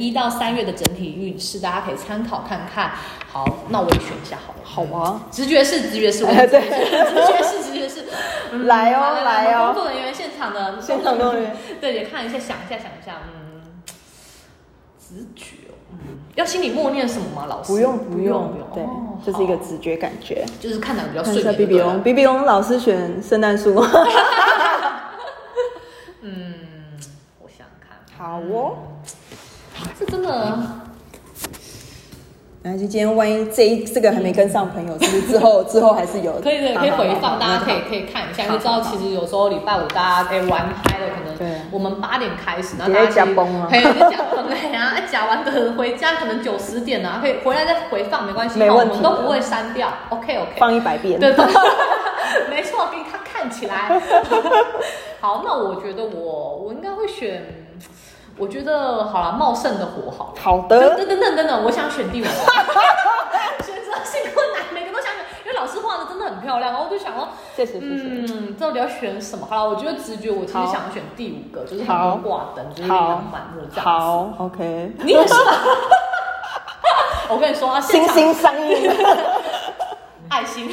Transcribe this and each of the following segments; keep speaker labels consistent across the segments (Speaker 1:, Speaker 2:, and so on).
Speaker 1: 一到三月的整体运势，大家可以参考看看。好，那我也选一下好了。
Speaker 2: 好啊，
Speaker 1: 直觉是直觉是，我
Speaker 2: 对
Speaker 1: 直觉是直觉是。嗯
Speaker 2: 来哦来哦
Speaker 1: 工作人员现场的
Speaker 2: 现场动员，
Speaker 1: 对，也看一下，想一下，想一下，嗯，直觉哦，嗯，要心里默念什么吗？老师
Speaker 2: 不用不
Speaker 1: 不
Speaker 2: 用
Speaker 1: 用，，
Speaker 2: 对
Speaker 1: 哦，
Speaker 2: 这是一个
Speaker 1: 好
Speaker 2: 直觉感觉。
Speaker 1: 就是看哪个比较
Speaker 2: 看
Speaker 1: 顺
Speaker 2: 一下
Speaker 1: 眼
Speaker 2: 比
Speaker 1: 就
Speaker 2: 比
Speaker 1: 对了。
Speaker 2: 龙，比比龙老师选圣诞树。
Speaker 1: 嗯，我想想看，
Speaker 2: 好哦，
Speaker 1: 这真的
Speaker 2: 然后就今天万一这一这个还没跟上朋友，是不是之后之后还是有？
Speaker 1: 可以的，可以
Speaker 2: 好好
Speaker 1: 回
Speaker 2: 好
Speaker 1: 放，大
Speaker 2: 那
Speaker 1: 家可以可以看一下，
Speaker 2: 好
Speaker 1: 就知道其实有时候礼拜五大家哎玩嗨了，可能
Speaker 2: 对
Speaker 1: 我们八点开始，然
Speaker 2: 直
Speaker 1: 后
Speaker 2: 接
Speaker 1: 大家
Speaker 2: 加崩啊
Speaker 1: 嘿，就讲崩哎呀，讲完的回家可能九十点啊，可以回来再回放没关系，哦
Speaker 2: 没问题
Speaker 1: 我们都不会删掉，OK OK，
Speaker 2: 放一百遍。
Speaker 1: 对吧？ 没错，给他看起来。 好，那我觉得我我应该会选，我觉得好了，茂盛的火好了。
Speaker 2: 好
Speaker 1: 等
Speaker 2: 的，
Speaker 1: 等等等等等，我想选帝王， 选择性困难，每个都想选，因为老师画的真的很漂亮，然后我就想说，
Speaker 2: 谢谢谢谢。
Speaker 1: 嗯，到底要选什么？好了，我觉得直觉，我其实
Speaker 2: 好
Speaker 1: 想选第五个，就是很
Speaker 2: 好
Speaker 1: 多挂灯，就是
Speaker 2: 好
Speaker 1: 琳琅满目这样。，
Speaker 2: 好，OK。
Speaker 1: 你也是吧。 我跟你说啊，现场
Speaker 2: 心心 相印，
Speaker 1: 爱 心，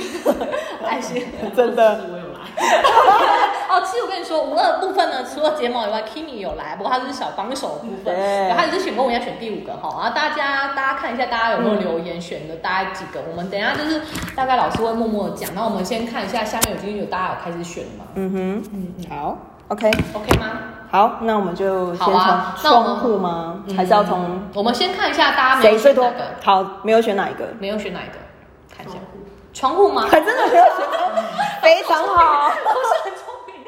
Speaker 1: 爱 心，
Speaker 2: 真的
Speaker 1: 我有来。 哦，其实我跟你说，五二部分呢，除了睫毛以外，Kimi 有来，不过他是小帮手的部分，
Speaker 2: 对
Speaker 1: 然后他也是选跟我一样选第五个哈。然后大家大家看一下，大家有没有留言选的大概几个？我们等一下就是大概老师会默默的讲，那我们先看一下下面有已经有大家有开始选了吗
Speaker 2: 嗯哼，
Speaker 1: 嗯嗯
Speaker 2: 好，OK，
Speaker 1: ，OK 吗？
Speaker 2: 好，那我们就先
Speaker 1: 好啊
Speaker 2: 从
Speaker 1: 那我们
Speaker 2: 窗户吗？
Speaker 1: 嗯
Speaker 2: 还是要从
Speaker 1: 我们先看一下大家没有
Speaker 2: 谁最
Speaker 1: 选哪
Speaker 2: 多
Speaker 1: 个，？
Speaker 2: 好，没有选哪一个，
Speaker 1: 没有选哪一个，看一下窗户吗？
Speaker 2: 还真的没有选，非常 好。
Speaker 1: 不是很聪明，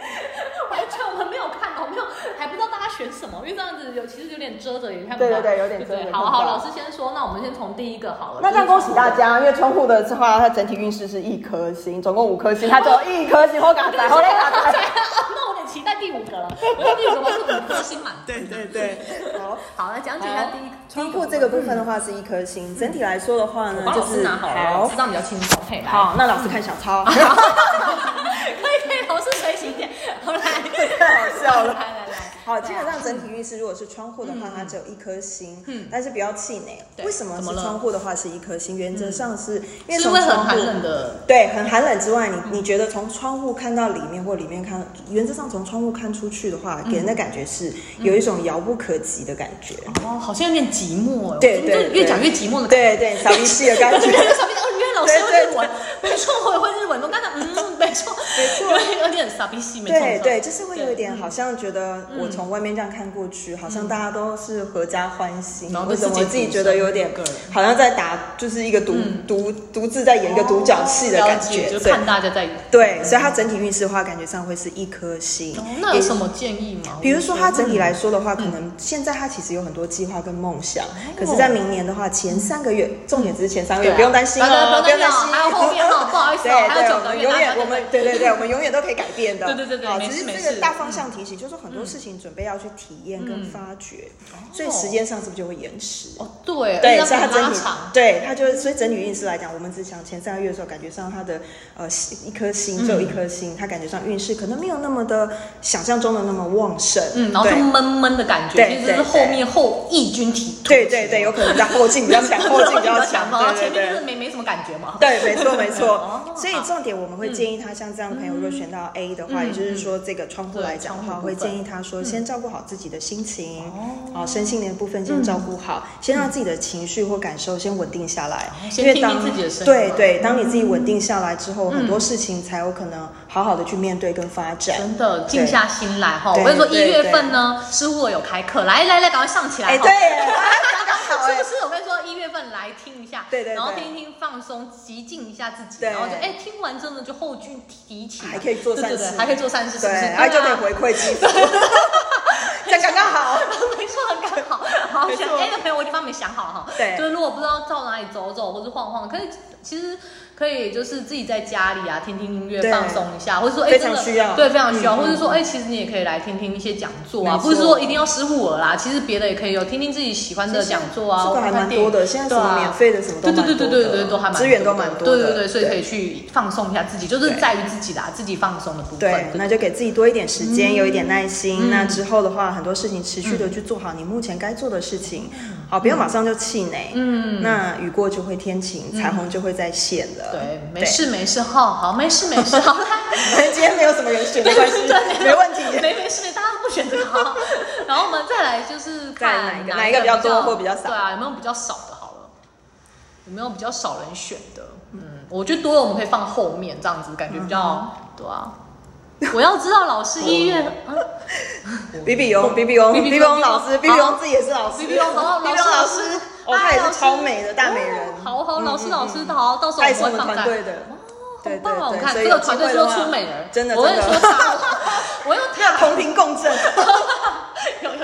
Speaker 1: 完全我们没有看到，没有还不知道大家选什么，因为这样子有其实有点遮着，也看不到。
Speaker 2: 对对对有点遮着
Speaker 1: 对
Speaker 2: 看不
Speaker 1: 好
Speaker 2: 到
Speaker 1: 好，老师先说，那我们先从第一个好了。
Speaker 2: 那这样
Speaker 1: 就
Speaker 2: 恭
Speaker 1: 是
Speaker 2: 喜大家，因为窗户的话，它整体运势是一颗星，总共五颗星，它只有一颗星，我嘎仔，我嘞 嘎仔。
Speaker 1: 那我得期待第五个了，我要第五个是五颗星满。
Speaker 2: 对对对，好。
Speaker 1: 好，来讲解一下第一个。
Speaker 2: 窗户这个部分的话是一颗星，整体来说的话呢
Speaker 1: 我，帮
Speaker 2: 就
Speaker 1: 老师
Speaker 2: 是
Speaker 1: 拿好了，这样比较轻松。嘿，来
Speaker 2: 好，，那老师看小抄，
Speaker 1: 可以可以，老师随行一点。好来，
Speaker 2: 太好笑 了
Speaker 1: 来来来，
Speaker 2: 好，基本上整体运势如果是窗户的话，它只有一颗星，
Speaker 1: 嗯
Speaker 2: 但是不要气馁。
Speaker 1: 对
Speaker 2: 为什么
Speaker 1: 怎
Speaker 2: 是
Speaker 1: 么了
Speaker 2: 窗户的话是一颗星？原则上是因为
Speaker 1: 是
Speaker 2: 从
Speaker 1: 会很
Speaker 2: 窗户
Speaker 1: 寒冷的，
Speaker 2: 对，很寒冷之外，
Speaker 1: 嗯
Speaker 2: 你你觉得从窗户看到里面，或里面看，原则上从窗户看出去的话，
Speaker 1: 嗯
Speaker 2: 给人的感觉是有一种遥不可及的感觉。
Speaker 1: 哦，好像有点寂寞哦。
Speaker 2: 对
Speaker 1: 我怎么
Speaker 2: 对
Speaker 1: 就
Speaker 2: 对
Speaker 1: 越讲越寂寞的感觉。
Speaker 2: 对对，小一气的感觉
Speaker 1: 对，。小鼻子哦，原来老师会日文，没错，我也会日文。我刚才 嗯，没错，
Speaker 2: 没错
Speaker 1: 有点有点傻逼戏，没错，没
Speaker 2: 对
Speaker 1: 错
Speaker 2: 对，就是会有一
Speaker 1: 嗯
Speaker 2: 点好像觉得我从外面这样看过去，好像大家都是合家欢喜，
Speaker 1: 然后
Speaker 2: 为
Speaker 1: 都
Speaker 2: 什么我
Speaker 1: 自己
Speaker 2: 自己
Speaker 1: 独
Speaker 2: 觉得
Speaker 1: 身
Speaker 2: 有点
Speaker 1: 一个人嗯
Speaker 2: 好像在打就是一个独独独自在演一个独角戏的感
Speaker 1: 哦了
Speaker 2: 觉
Speaker 1: 解，就
Speaker 2: 对
Speaker 1: 看大家在。嗯
Speaker 2: 对，所以它整体运势的话，感觉上会是一颗星
Speaker 1: 哦。那
Speaker 2: 也
Speaker 1: 有什么建议吗？
Speaker 2: 比如说，它整体来说的
Speaker 1: 嗯
Speaker 2: 话，可能现在它其实有很多计划跟梦想，
Speaker 1: 哦
Speaker 2: 可是，在明年的话，前三个月，重点只是前三个月，
Speaker 1: 对啊
Speaker 2: 不用担心哦，
Speaker 1: 不
Speaker 2: 不
Speaker 1: 用担
Speaker 2: 用
Speaker 1: 心
Speaker 2: 担
Speaker 1: 哦
Speaker 2: 心。
Speaker 1: 还有后面哦不好意思哦
Speaker 2: 对
Speaker 1: 还有
Speaker 2: 对
Speaker 1: 九
Speaker 2: 我
Speaker 1: 个
Speaker 2: 们
Speaker 1: 月
Speaker 2: 永
Speaker 1: 大
Speaker 2: 远
Speaker 1: 家
Speaker 2: 我们对对对，我们永远都可以改变的。
Speaker 1: 对对对对
Speaker 2: 好，
Speaker 1: 没
Speaker 2: 只
Speaker 1: 事
Speaker 2: 是
Speaker 1: 没
Speaker 2: 这
Speaker 1: 事嗯
Speaker 2: 个大方向提醒，就是很多事情准备要去体验跟发掘，所以时间上是不是就会延迟？
Speaker 1: 哦，对，
Speaker 2: 对，
Speaker 1: 要
Speaker 2: 所以它整
Speaker 1: 拉
Speaker 2: 体
Speaker 1: 长，
Speaker 2: 对它就是，所以整体运势来讲，我们只想前三个月的时候，感觉上它的呃星一颗星只有一
Speaker 1: 嗯
Speaker 2: 颗星，它感觉上运势可能没有那么的想象中的那么旺盛，
Speaker 1: 嗯，然后就
Speaker 2: 对
Speaker 1: 闷闷的感觉，
Speaker 2: 对
Speaker 1: 其实是
Speaker 2: 对
Speaker 1: 后面后异军体突
Speaker 2: 对对对，有可能比较后劲比较强，后劲比较强，
Speaker 1: 嘛，然 后
Speaker 2: 对对
Speaker 1: 哦前面就是
Speaker 2: 对。
Speaker 1: 没没什么感觉嘛。
Speaker 2: 对，没错没
Speaker 1: 哦
Speaker 2: 错。所以
Speaker 1: 好
Speaker 2: 重点我们会建议他，像这样的朋友，如果选到 A 的话，
Speaker 1: 嗯
Speaker 2: 也就是说这个窗户来讲的
Speaker 1: 对窗
Speaker 2: 话，
Speaker 1: 户部
Speaker 2: 会
Speaker 1: 分
Speaker 2: 建议他说，先照顾好自己的心情
Speaker 1: 哦，嗯
Speaker 2: 好身心灵的部分先照顾好，先让自己的情绪或感受先稳定下来
Speaker 1: 哦，先
Speaker 2: 因为
Speaker 1: 听听
Speaker 2: 当
Speaker 1: 自己的声音嗯
Speaker 2: 对
Speaker 1: 嘛
Speaker 2: 对，当你自己稳定下来之后，很多事情才有可能好好的去面对跟发展。
Speaker 1: 真的静下心来哈，我
Speaker 2: 对
Speaker 1: 跟你说，一
Speaker 2: 对
Speaker 1: 月份呢，师傅有开课，来来来，赶快上起来哈。
Speaker 2: 哎，对耶，刚刚好
Speaker 1: 是不，
Speaker 2: 哎
Speaker 1: 是？我跟你说，一月份来听一下，
Speaker 2: 对对对
Speaker 1: 然后听一听，放松，极静一下自己，
Speaker 2: 对
Speaker 1: 然后就哎，听完真的就后劲提起来，
Speaker 2: 还可以做善
Speaker 1: 对对
Speaker 2: 事
Speaker 1: 对还可以做善事，是
Speaker 2: 对，
Speaker 1: 不是？
Speaker 2: 然后就可以
Speaker 1: 对
Speaker 2: 回馈积福， 这样刚刚好。
Speaker 1: 啊 没错，很刚 好。好，
Speaker 2: 没错
Speaker 1: 选 A 的朋友，我已经帮你们想好了哈。
Speaker 2: 对
Speaker 1: 就是如果不知道到哪里走走，或是晃晃，可以其实可以就是自己在家里啊，听听音乐，
Speaker 2: 对
Speaker 1: 放松一下，或者说哎，
Speaker 2: 非常
Speaker 1: 真的
Speaker 2: 需要
Speaker 1: 对，非常需要，
Speaker 2: 嗯
Speaker 1: 或者说哎，其实你也可以来听听一些讲座啊
Speaker 2: 没，错
Speaker 1: 不是说一定要师傅我啦，其实别的也可以有，听听自己喜欢的讲座啊，
Speaker 2: 这个还
Speaker 1: 或者看
Speaker 2: 蛮
Speaker 1: 电影
Speaker 2: 多的，现在什
Speaker 1: 对
Speaker 2: 么
Speaker 1: 啊
Speaker 2: 免费的什么
Speaker 1: 对
Speaker 2: 都
Speaker 1: 对
Speaker 2: 蛮
Speaker 1: 对
Speaker 2: 多
Speaker 1: 对
Speaker 2: 的
Speaker 1: 对对，都还蛮
Speaker 2: 资源都蛮多的，
Speaker 1: 的，对对对，所以可以去放松一下自己，就是在于自己啦，自己放松的部分。嗯
Speaker 2: 对，那就给自己多一点时间，有一点耐心。那之后的的话，很多事情持续的去做好你目前该做的事情，好，不要马上就气馁。
Speaker 1: 嗯，
Speaker 2: 那雨过就会天晴，彩虹就会再现了。
Speaker 1: 对，没事没事，好好没事没事， 好 啦。
Speaker 2: 对， 今天没有什么人选的关 系，
Speaker 1: 对
Speaker 2: 没问题。
Speaker 1: 没没事，大家都不选这个好。然后我们再来就是看
Speaker 2: 再哪一个
Speaker 1: 哪
Speaker 2: 哪一个比较多或比较少
Speaker 1: 对啊，有没有比较少的？好了，有没有比较少人选的？嗯，我觉得多了我们可以放后面，这样子感觉比
Speaker 2: 嗯
Speaker 1: 较对啊。我要知道老师一 月啊
Speaker 2: 比比翁，比比翁，
Speaker 1: 比比翁
Speaker 2: 比比翁老师，
Speaker 1: 比
Speaker 2: 比
Speaker 1: 比翁
Speaker 2: 比翁自己也是老师，
Speaker 1: 比比翁老
Speaker 2: 比比翁
Speaker 1: 老
Speaker 2: 老
Speaker 1: 师
Speaker 2: 师，
Speaker 1: 老
Speaker 2: 哦，
Speaker 1: 师
Speaker 2: 她
Speaker 1: 哎
Speaker 2: 也
Speaker 1: 老
Speaker 2: 是
Speaker 1: 师
Speaker 2: 超美的大美人
Speaker 1: 哦。好好，
Speaker 2: 嗯
Speaker 1: 老师
Speaker 2: 嗯
Speaker 1: 老师好，到时候
Speaker 2: 她也是
Speaker 1: 我
Speaker 2: 我
Speaker 1: 们会
Speaker 2: 们
Speaker 1: 放
Speaker 2: 团
Speaker 1: 在。
Speaker 2: 队的，对
Speaker 1: 棒啊！我
Speaker 2: 对
Speaker 1: 看
Speaker 2: 对
Speaker 1: 这个
Speaker 2: 所
Speaker 1: 团队
Speaker 2: 以有机会
Speaker 1: 就
Speaker 2: 的
Speaker 1: 出
Speaker 2: 话
Speaker 1: 美人，
Speaker 2: 真的
Speaker 1: 我跟你
Speaker 2: 真
Speaker 1: 说
Speaker 2: 的
Speaker 1: 大家，我又跳
Speaker 2: 要同频共振。
Speaker 1: 有有有，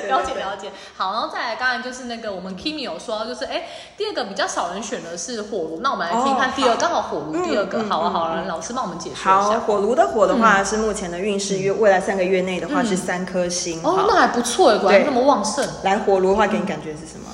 Speaker 2: 对
Speaker 1: 了解
Speaker 2: 对
Speaker 1: 了解。好，然后再来，刚才就是那个我们 Kimi 有说到，就是哎，第二个比较少人选的是火炉，那我们来听
Speaker 2: 哦
Speaker 1: 看第二，
Speaker 2: 好
Speaker 1: 刚好火炉第二个，
Speaker 2: 嗯嗯
Speaker 1: 好啊
Speaker 2: 嗯
Speaker 1: 好啊，老师帮我们解说一
Speaker 2: 好，
Speaker 1: 下。
Speaker 2: 火炉的火的话是目前的运势，月未来三个月内的话
Speaker 1: 嗯
Speaker 2: 是三颗星。
Speaker 1: 哦，
Speaker 2: 好，
Speaker 1: 那还嗯不错哎，果然
Speaker 2: 对
Speaker 1: 那么旺盛。
Speaker 2: 来火炉的话给你感觉是什么？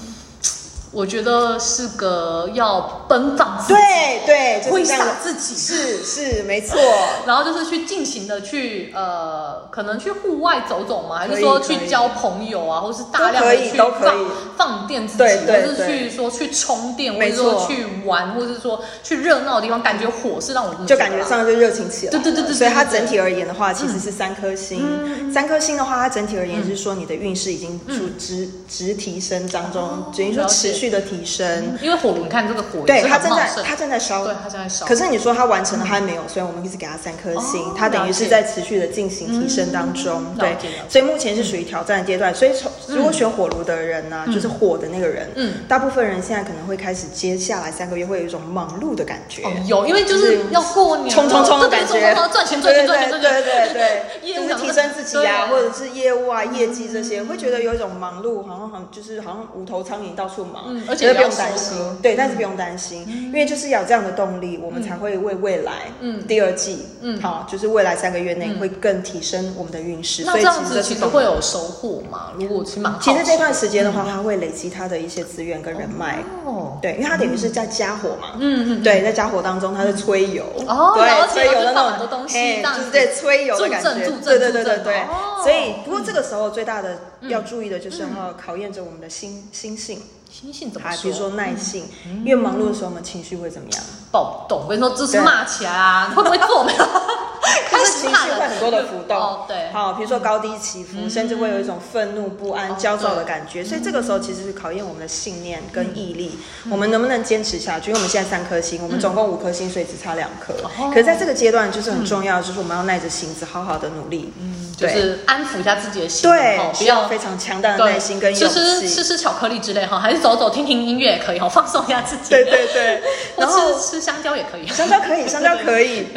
Speaker 1: 我觉得是个要奔放自己，
Speaker 2: 对对，就
Speaker 1: 挥
Speaker 2: 是这样
Speaker 1: 洒
Speaker 2: 的，
Speaker 1: 自己，
Speaker 2: 是是没错。
Speaker 1: 然后就是去尽情的去呃，可能去户外走走嘛，还是
Speaker 2: 可以
Speaker 1: 说
Speaker 2: 可
Speaker 1: 去
Speaker 2: 以
Speaker 1: 交朋友啊，或是大量
Speaker 2: 都可
Speaker 1: 的
Speaker 2: 以
Speaker 1: 去
Speaker 2: 都可
Speaker 1: 放
Speaker 2: 以
Speaker 1: 放电自己，
Speaker 2: 对对
Speaker 1: 或是去
Speaker 2: 对
Speaker 1: 说去充电，或
Speaker 2: 没
Speaker 1: 者说
Speaker 2: 错
Speaker 1: 去玩，或是说去热闹的地方，感觉火是让我这么
Speaker 2: 就
Speaker 1: 的
Speaker 2: 感觉
Speaker 1: 啦
Speaker 2: 上就热情起
Speaker 1: 嗯
Speaker 2: 来了。
Speaker 1: 对对对对对嗯
Speaker 2: 所以它整体而言的话，其实是三颗星。三颗星的话，它整体而言是说你的运势已经处直直提升当中，等于说
Speaker 1: 嗯哦了解
Speaker 2: 持续的提升。
Speaker 1: 因为火炉，你看这个火
Speaker 2: 对，
Speaker 1: 也是
Speaker 2: 它
Speaker 1: 很
Speaker 2: 正
Speaker 1: 旺
Speaker 2: 在
Speaker 1: 盛，
Speaker 2: 它正在烧
Speaker 1: 对，它正在烧。
Speaker 2: 可是你说它完成了，它还没有，所以我们一直给它三颗星
Speaker 1: 哦，
Speaker 2: 它等于
Speaker 1: 了
Speaker 2: 是
Speaker 1: 解
Speaker 2: 在持续的进行提升当中
Speaker 1: 嗯，了
Speaker 2: 对
Speaker 1: 解了解，
Speaker 2: 所以目前是属于挑战的阶段。所以从如果选火炉的人呢，就是火的那个人，
Speaker 1: 嗯，
Speaker 2: 大部分人现在可能会开始接下来三个月会有一种忙碌的感觉
Speaker 1: 哦，，有，因为就是要过年了，
Speaker 2: 冲冲冲的
Speaker 1: 对
Speaker 2: 感
Speaker 1: 对冲
Speaker 2: 觉
Speaker 1: 冲冲，赚钱赚
Speaker 2: 对
Speaker 1: 钱
Speaker 2: 对
Speaker 1: 赚钱
Speaker 2: 对
Speaker 1: 赚钱，
Speaker 2: 对对对，
Speaker 1: 业务
Speaker 2: 就
Speaker 1: 上
Speaker 2: 是
Speaker 1: 的
Speaker 2: 提升自己啊，
Speaker 1: 对
Speaker 2: 或者是业务啊、业绩这些，会觉得有一种忙碌，好像好像就是好像无头苍蝇到处忙，
Speaker 1: 嗯而且
Speaker 2: 觉得不
Speaker 1: 也要
Speaker 2: 用担
Speaker 1: 收
Speaker 2: 心
Speaker 1: 割，
Speaker 2: 对，但是不用担心，因为就是要有这样的动力，我们才会为未来，
Speaker 1: 嗯
Speaker 2: 第二季，
Speaker 1: 嗯
Speaker 2: 好，就是未来三个月内会更提升我们的运势，
Speaker 1: 那这
Speaker 2: 所以
Speaker 1: 样
Speaker 2: 其实
Speaker 1: 子
Speaker 2: 这
Speaker 1: 其
Speaker 2: 是
Speaker 1: 实
Speaker 2: 动力
Speaker 1: 会有收获吗？如果我其实蛮好奇
Speaker 2: 其实这段时间的话，它会累积它的一些资源跟人脉，
Speaker 1: 哦，
Speaker 2: 对，因为它等于是在加火嘛，
Speaker 1: 嗯嗯。
Speaker 2: 对，在家火当中，它是催油
Speaker 1: 哦了
Speaker 2: 对，
Speaker 1: 解
Speaker 2: 所以有那
Speaker 1: 就放
Speaker 2: 种
Speaker 1: 很多东西
Speaker 2: 嘿
Speaker 1: 这样
Speaker 2: 就是
Speaker 1: 子
Speaker 2: 在催油的感
Speaker 1: 助阵
Speaker 2: 觉，
Speaker 1: 助阵
Speaker 2: 对对对
Speaker 1: 助阵
Speaker 2: 对对
Speaker 1: 哦。嗯
Speaker 2: 所以，不过这个时候最大的要注意的就是要考验着我们的心心性，
Speaker 1: 心性怎么
Speaker 2: 还
Speaker 1: 说？嗯
Speaker 2: 比如说耐性，因为忙碌的时候我们情绪会怎么样？
Speaker 1: 暴动，我跟你说，这是骂起来啊，你会不会做没有？
Speaker 2: 就
Speaker 1: 开
Speaker 2: 是
Speaker 1: 始
Speaker 2: 情
Speaker 1: 骂
Speaker 2: 绪
Speaker 1: 了
Speaker 2: 会很多的浮
Speaker 1: 哦
Speaker 2: 动，
Speaker 1: 对，嗯
Speaker 2: 好，比如说高低起伏，甚至会有一种愤怒、不
Speaker 1: 哦嗯
Speaker 2: 安、焦躁的感觉，所以这个时候其实是考验我们的信念跟毅力，我们能不能坚持下去？因为我们现在三颗星，我们总共五颗星，所以只差两颗
Speaker 1: 嗯哦。嗯
Speaker 2: 可是在这个阶段就是很重要，就是我们要耐着性子，好好的努力，嗯，
Speaker 1: 就
Speaker 2: 对
Speaker 1: 是安抚一下自己的心，
Speaker 2: 对
Speaker 1: 哦，不
Speaker 2: 需要
Speaker 1: 要
Speaker 2: 非常强大的
Speaker 1: 对
Speaker 2: 耐心跟
Speaker 1: 吃
Speaker 2: 勇
Speaker 1: 吃吃
Speaker 2: 气，
Speaker 1: 吃巧克力之类哈，还是走走听听音乐也可以哈，放松一下自己。
Speaker 2: 对对 对，
Speaker 1: 或
Speaker 2: 然后
Speaker 1: 吃吃香蕉也可以。
Speaker 2: 香蕉可以，香蕉 可以。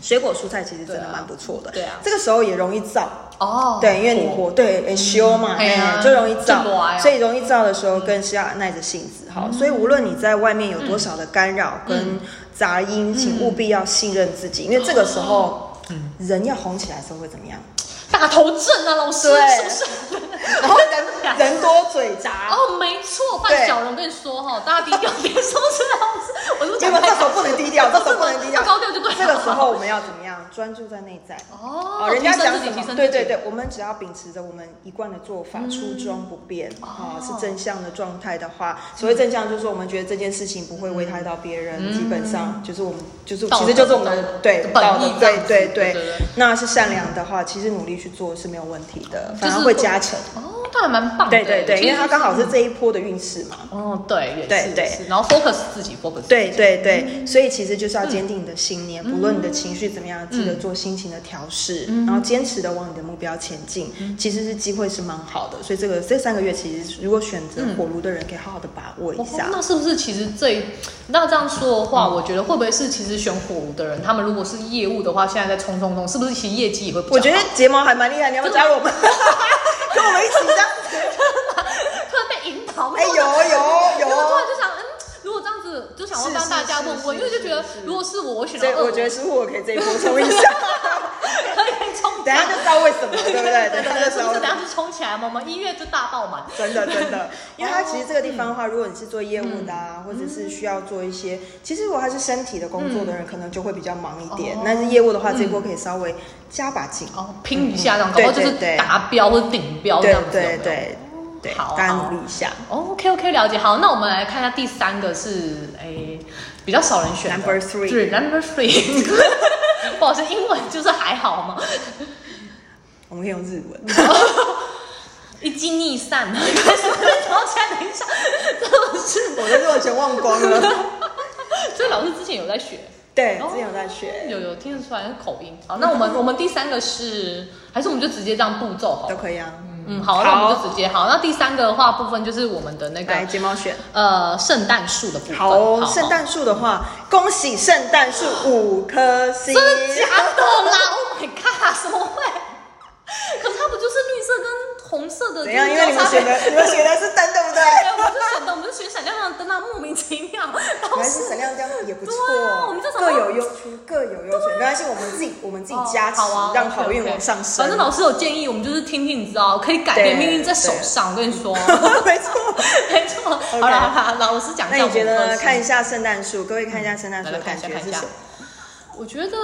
Speaker 2: 水果蔬菜其实真的蛮不错的，
Speaker 1: 对啊
Speaker 2: 这个时候也容易燥，
Speaker 1: 哦，
Speaker 2: 对，因为你火对诶修嘛，
Speaker 1: 哎呀
Speaker 2: 哎就容易燥
Speaker 1: 就热啊，
Speaker 2: 所以容易燥的时候更是要耐着性子
Speaker 1: 嗯
Speaker 2: 哈。所以无论你在外面有多少的干扰跟杂
Speaker 1: 嗯
Speaker 2: 音，请务必要信任自己，因为这个时候人要红起来的时候会怎么 样？
Speaker 1: 大头症啊，老师
Speaker 2: 对
Speaker 1: 是不是？
Speaker 2: 然后人人多嘴杂，
Speaker 1: 哦，没错，
Speaker 2: 对
Speaker 1: 范小龙跟你说哈，大家低调，别说是老师，我是不是讲
Speaker 2: 结果这
Speaker 1: 太
Speaker 2: 时候不能低调，这时候不能低调，
Speaker 1: 高调就对了
Speaker 2: 这个时候我们要怎么样？专注在内在。
Speaker 1: 哦
Speaker 2: 哦，，人家
Speaker 1: 提升
Speaker 2: 讲
Speaker 1: 自己
Speaker 2: 什
Speaker 1: 提升自
Speaker 2: 么？
Speaker 1: 己嗯
Speaker 2: 对对对，我们只要秉持着我们一贯的做法，初衷不变
Speaker 1: 哦
Speaker 2: 啊，是正向的状态的话，所谓正向就是说我们觉得这件事情不会危害到别人，基本上就是我们就是
Speaker 1: 嗯道德
Speaker 2: 其实就是我们
Speaker 1: 道德
Speaker 2: 的对
Speaker 1: 本意
Speaker 2: 道德
Speaker 1: 这样
Speaker 2: 对
Speaker 1: 子
Speaker 2: 对
Speaker 1: 对对
Speaker 2: 对
Speaker 1: 对。
Speaker 2: 那是善良的话，其实努力去做是没有问题的，
Speaker 1: 就
Speaker 2: 反而
Speaker 1: 是
Speaker 2: 会加成。
Speaker 1: 哦，那还蛮棒的。
Speaker 2: 对对对，
Speaker 1: 其实
Speaker 2: 因为它刚好
Speaker 1: 嗯
Speaker 2: 是这一波的运势嘛。
Speaker 1: 哦，对，也是
Speaker 2: 对对
Speaker 1: 也是然后 focus 自己，focus 自己
Speaker 2: 对对对，所以其实就是要坚定你的信念，不论你的情绪怎么样，记得做心情的调试，然后坚持的往你的目标前进，其实是机会是蛮好的。所以这个这三个月，其实如果选择火炉的人，可以好好的把握一
Speaker 1: 哦
Speaker 2: 下。
Speaker 1: 那是不是其实这一那这样说的话，
Speaker 2: 嗯
Speaker 1: 我觉得会不会是其实选火炉的人，他们如果是业务的话，现在在冲冲冲，是不是其实业绩也会比较好？
Speaker 2: 我觉得睫毛还蛮厉害，你要不要加入我们？跟 我们一起这样子？
Speaker 1: 突然被引导，
Speaker 2: 哎，
Speaker 1: 没有
Speaker 2: 有有
Speaker 1: 然后突然
Speaker 2: 有。
Speaker 1: 就想，嗯，如果这样子，就想要
Speaker 2: 是
Speaker 1: 帮大家
Speaker 2: 是
Speaker 1: 问
Speaker 2: 是
Speaker 1: 问，因为
Speaker 2: 是
Speaker 1: 就觉得
Speaker 2: 是
Speaker 1: 如果是我，我选
Speaker 2: 所以
Speaker 1: 了二，
Speaker 2: 我觉得是我可以这一波冲一下。
Speaker 1: 可以冲
Speaker 2: 等一下就知道为什么，对不对？
Speaker 1: 对
Speaker 2: 等
Speaker 1: 对
Speaker 2: 一下
Speaker 1: 对，
Speaker 2: 就是知
Speaker 1: 不
Speaker 2: 道
Speaker 1: 是等
Speaker 2: 为什
Speaker 1: 下
Speaker 2: 么。
Speaker 1: 就冲起来嘛？我们一月就大爆满。
Speaker 2: 真的真的， 因
Speaker 1: 哦
Speaker 2: 为它其实这个地方的话，
Speaker 1: 嗯
Speaker 2: 如果你是做业务的啊，或者是需要做一些，其实如果他是身体的工作的人，可能就会比较忙一点
Speaker 1: 嗯哦。
Speaker 2: 但是业务的话，这一波可以稍微加把劲。
Speaker 1: 哦，拼一下这样，
Speaker 2: 嗯
Speaker 1: 搞不好就
Speaker 2: 对对
Speaker 1: 是
Speaker 2: 对
Speaker 1: 达标或者顶标这
Speaker 2: 对
Speaker 1: 样子。有没
Speaker 2: 对
Speaker 1: 有
Speaker 2: 对对，
Speaker 1: 好啊哦
Speaker 2: 大家
Speaker 1: 好
Speaker 2: 努力一下。
Speaker 1: OK OK，了解。好，那我们来看一下第三个是诶、比较少人选的
Speaker 2: Number three
Speaker 1: 对 Number Three，不 好意思，英文就是还好嘛，
Speaker 2: 我们可以用日 文。
Speaker 1: 一击逆散， 开始然后现在等一下，这不是
Speaker 2: 我的我全忘光 了。
Speaker 1: 这老师之前有在学，
Speaker 2: 对，
Speaker 1: 哦
Speaker 2: 之前有在学，
Speaker 1: 有有听得出来口音。好，那我们我们第三个是，还是我们就直接这样步骤好
Speaker 2: 都
Speaker 1: 了。
Speaker 2: 可以啊。
Speaker 1: 嗯，好，那我们就直接好。那第三个的话部分就是我们的那个
Speaker 2: 来，睫毛选。
Speaker 1: 呃圣诞树的部分。
Speaker 2: 好哦，圣诞树的话，恭喜圣诞树五颗
Speaker 1: 真
Speaker 2: 星。
Speaker 1: 的假的啦？Oh my god，怎么会？可是它不就是绿色跟红色的？
Speaker 2: 怎样？因为你们选
Speaker 1: 选
Speaker 2: 的，你们选的是灯，对不对？
Speaker 1: 哎我们就选的，我们就选闪亮亮的灯啊，莫名其妙。然后
Speaker 2: 原来是闪亮这样也不错
Speaker 1: 哦对啊我们就，想
Speaker 2: 各
Speaker 1: 说
Speaker 2: 有优缺，各有优缺。没关系，我们自己我们自己加持
Speaker 1: 啊好啊，，
Speaker 2: 让
Speaker 1: OK，OK
Speaker 2: 好运往上升
Speaker 1: 反。正老师有建议，我们就是听听，你知道，可以改变
Speaker 2: 对
Speaker 1: 命运在手上。我跟你说，
Speaker 2: 没错。
Speaker 1: 没错。好了好了，老师讲一下
Speaker 2: 那你
Speaker 1: 我们
Speaker 2: 觉得
Speaker 1: 的
Speaker 2: 呢？
Speaker 1: 心
Speaker 2: 看一下圣诞树，各位看一下圣诞树
Speaker 1: 来
Speaker 2: 的
Speaker 1: 来看
Speaker 2: 感
Speaker 1: 一下
Speaker 2: 觉
Speaker 1: 看
Speaker 2: 是
Speaker 1: 一
Speaker 2: 什
Speaker 1: 下
Speaker 2: 么？。
Speaker 1: 我觉得，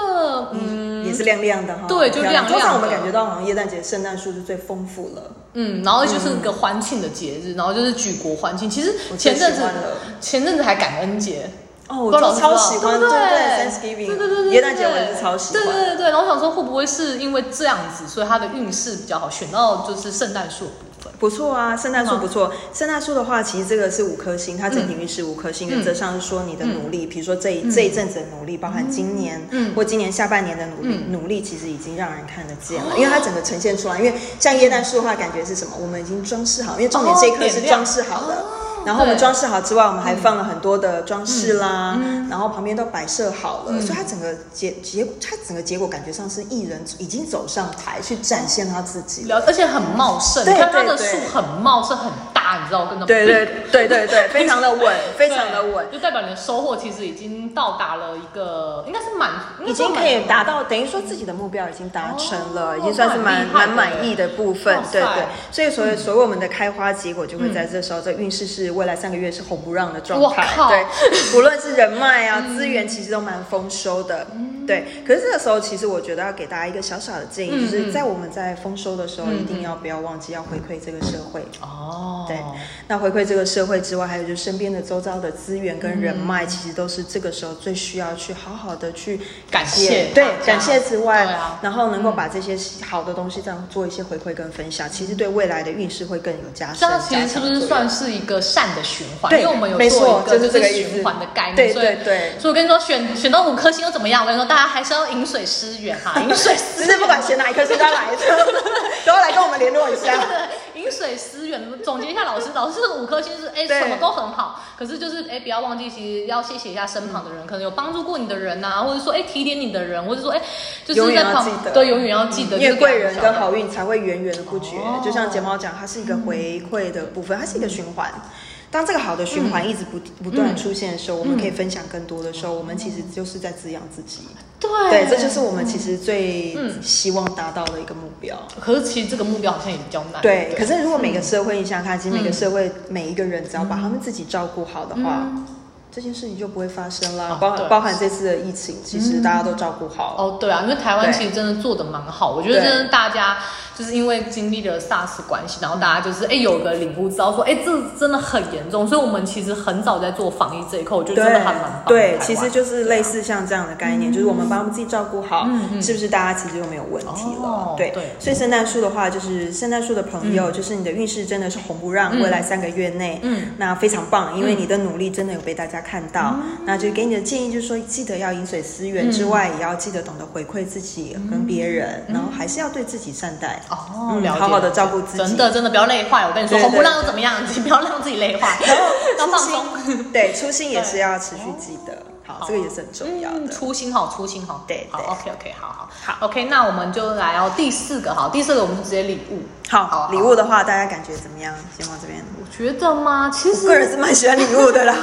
Speaker 1: 嗯
Speaker 2: 也是亮亮的哈。
Speaker 1: 对就
Speaker 2: 很
Speaker 1: 亮
Speaker 2: 漂亮
Speaker 1: 亮的
Speaker 2: 通常我们感觉到好像耶诞节圣诞树是最丰富了。
Speaker 1: 嗯，然后就是个欢庆的节日，然后就是举国欢庆。其实
Speaker 2: 我最
Speaker 1: 前阵子
Speaker 2: 喜欢了
Speaker 1: 前阵子还感恩节，
Speaker 2: 哦，
Speaker 1: 不
Speaker 2: 我
Speaker 1: 知道老师
Speaker 2: 超
Speaker 1: 知道
Speaker 2: 喜欢，
Speaker 1: 对
Speaker 2: 对
Speaker 1: 不
Speaker 2: 对
Speaker 1: 对
Speaker 2: ，Thanksgiving，
Speaker 1: 对对对，
Speaker 2: 耶诞节我也是超喜
Speaker 1: 对对
Speaker 2: 欢。
Speaker 1: 对对，然后我想说会不会是因为这样子，所以他的运势比较好，选到就是圣诞树的部分。
Speaker 2: 不错啊，圣诞树
Speaker 1: 嗯
Speaker 2: 不错。圣诞树的话，其实这个是五颗星，它整体运势五颗星。原则
Speaker 1: 嗯
Speaker 2: 上是说你的努力，比如说这一这一阵子的努力，包含今年
Speaker 1: 嗯
Speaker 2: 或今年下半年的努力，努力其实已经让人看得见
Speaker 1: 哦
Speaker 2: 了，因为它整个呈现出来。因为像耶诞树的话，感觉是什么？我们已经装饰好，因为重点这一颗
Speaker 1: 哦
Speaker 2: 是装饰好的。然后我们
Speaker 1: 对
Speaker 2: 装饰好之外，我们还放了很多的装饰啦，
Speaker 1: 嗯
Speaker 2: 然后旁边都摆设好了，所以它整个结结它整个结果感觉上是艺人已经走上台去展现他自己了。
Speaker 1: 了，而且很茂盛，你
Speaker 2: 对
Speaker 1: 看它
Speaker 2: 对
Speaker 1: 的
Speaker 2: 对
Speaker 1: 树很茂盛很大，你知道，跟那种
Speaker 2: 对对
Speaker 1: big
Speaker 2: 对 对对，非常的稳，非常的稳，
Speaker 1: 对就代表你的收获其实已经到达了一个，应该是满，应该
Speaker 2: 已
Speaker 1: 说
Speaker 2: 经
Speaker 1: 满
Speaker 2: 可以达到，等于说自己的目标已经达成了，
Speaker 1: 哦
Speaker 2: 已经算是蛮
Speaker 1: 那很
Speaker 2: 蛮
Speaker 1: 厉害
Speaker 2: 满意的部分
Speaker 1: 哇，塞嗯
Speaker 2: 对对。所以所谓所谓我们的开花结果，就会在这时候，这运势是未来三个月是红不让的状态
Speaker 1: 哇靠， 嗯
Speaker 2: 对，不论是人脉啊资源，其实都蛮丰收的。对，可是这个时候，其实我觉得要给大家一个小小的建议，
Speaker 1: 嗯
Speaker 2: 就是
Speaker 1: 嗯
Speaker 2: 在我们在丰收的时候，
Speaker 1: 嗯
Speaker 2: 一定要不要忘记要回馈这个社会。
Speaker 1: 哦，
Speaker 2: 对，那回馈这个社会之外，还有就是身边的周遭的资源跟人
Speaker 1: 嗯
Speaker 2: 脉，其实都是这个时候最需要去好好的去
Speaker 1: 感谢
Speaker 2: 对
Speaker 1: 大家，
Speaker 2: 感谢之外，
Speaker 1: 对啊
Speaker 2: 然后能够把这些好的东西这样做一些回馈跟分享，其实对未来的运势会更有加
Speaker 1: 这
Speaker 2: 深。
Speaker 1: 样其实是不
Speaker 2: 加强作
Speaker 1: 是
Speaker 2: 用
Speaker 1: 算是一个善的循环？
Speaker 2: 对
Speaker 1: 因为我们有
Speaker 2: 没
Speaker 1: 做
Speaker 2: 错
Speaker 1: 一个
Speaker 2: 就是这个意思
Speaker 1: 循环的概念，
Speaker 2: 对
Speaker 1: 所以
Speaker 2: 对对
Speaker 1: 所以我跟你说，选选到五颗星又怎么样？我跟你说，大家还是要饮水思源啊哈， 饮水思
Speaker 2: 只是不管选哪一颗，都 要来，都要来跟我们联络一下。
Speaker 1: 对饮水思源。总结一下，老师，老师这个五颗星是哎、
Speaker 2: 对
Speaker 1: 什么都很好，可是就是哎、不要忘记，其实要谢谢一下身旁的人，可能有帮助过你的人呐、或者说哎、提点你的人，或者说哎、就
Speaker 2: 永
Speaker 1: 是
Speaker 2: 远
Speaker 1: 在
Speaker 2: 要
Speaker 1: 旁
Speaker 2: 记得
Speaker 1: 对永远要记得，
Speaker 2: 因为
Speaker 1: 就是给他
Speaker 2: 贵
Speaker 1: 们
Speaker 2: 人
Speaker 1: 小小
Speaker 2: 跟
Speaker 1: 的
Speaker 2: 好运才会源源不绝
Speaker 1: 哦。
Speaker 2: 就像睫毛讲，它是一个回馈的部分，它是一个循环。当这个好的循
Speaker 1: 嗯
Speaker 2: 环一直不不断出现的时候，我们可以分享更多的时候，我们其实就是在滋养自己。
Speaker 1: 对嗯
Speaker 2: 对，这就是我们其实最希望达到的一个目标。
Speaker 1: 可是其实这个目标好像也比较难。
Speaker 2: 对，可是如果每
Speaker 1: 嗯
Speaker 2: 个社会，你想想看，其实每个社会每一个人，只要把他们自己照顾好的话，这件事情就不会发生啦
Speaker 1: 嗯哦。
Speaker 2: 包
Speaker 1: 对嗯
Speaker 2: 包含这次的疫情，其实大家都照顾好，
Speaker 1: 哦，对啊，因为台湾
Speaker 2: 对
Speaker 1: 其实真的做的蛮好，我觉得
Speaker 2: 对
Speaker 1: 真的大家就是因为经历了 SARS 关系，然后大家就是哎有个领悟，知道说哎这真的很严重，所以我们其实很早在做防疫这一块，我觉得真的还蛮棒的。台
Speaker 2: 对，
Speaker 1: 湾
Speaker 2: 其实
Speaker 1: 啊
Speaker 2: 就是类似像这样的概念，就是我们把我们自己照顾好，是不是大家其实就没有问题
Speaker 1: 嗯
Speaker 2: 了？
Speaker 1: 哦
Speaker 2: 对，
Speaker 1: 对嗯
Speaker 2: 所以圣诞树的话，就是圣诞树的朋友，就是你的运势真的是红不让，未来三个月内，嗯，那非常棒，
Speaker 1: 嗯
Speaker 2: 因为你的努力真的有被大家看
Speaker 1: 哦
Speaker 2: 到。那就给你的建议就是说，记得要饮水思
Speaker 1: 嗯
Speaker 2: 源之外，也要记得懂得回馈自己跟别人，然后还是要对自己善待，
Speaker 1: 嗯哦，
Speaker 2: 嗯
Speaker 1: 了解
Speaker 2: 好好的照顾自己。
Speaker 1: 真的真的不要累坏，我跟你说，
Speaker 2: 对
Speaker 1: 红不
Speaker 2: 对
Speaker 1: 让又怎么样，你不要让自己累 坏，要放松。哦
Speaker 2: 初心，对，初心也是要持续记得，好，这个也是很重要
Speaker 1: 嗯，
Speaker 2: 的。
Speaker 1: 初心好，初心好，
Speaker 2: 对
Speaker 1: 好
Speaker 2: 对
Speaker 1: ，OK OK，好好好，OK，那我们就来哦，第四个好，第四个我们就直接礼物，
Speaker 2: 好，礼物的话，大家感觉怎么样？睫毛这边，
Speaker 1: 我觉得吗？其
Speaker 2: 我
Speaker 1: 实
Speaker 2: 个人是蛮喜欢礼物的 啦。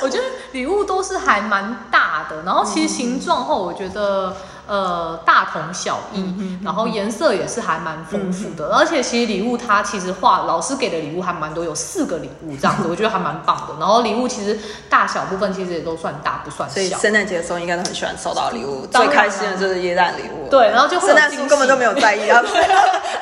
Speaker 1: 我觉得礼物都是还蛮大的，然后其实形状后，我觉得呃大同小异，
Speaker 2: 嗯
Speaker 1: 然后颜色也是还蛮丰富的，而且其实礼物它其实画老师给的礼物还蛮多，有四个礼物这样子，我觉得还蛮棒的。然后礼物其实大小部分其实也都算大不算
Speaker 2: 所以
Speaker 1: 小，
Speaker 2: 圣诞节的时候应该都很喜欢收到礼物，
Speaker 1: 当
Speaker 2: 最
Speaker 1: 然
Speaker 2: 开心的就是耶诞礼物。
Speaker 1: 对然后就会有
Speaker 2: 圣诞树
Speaker 1: 惊喜
Speaker 2: 根本都没有在意啊。
Speaker 1: 而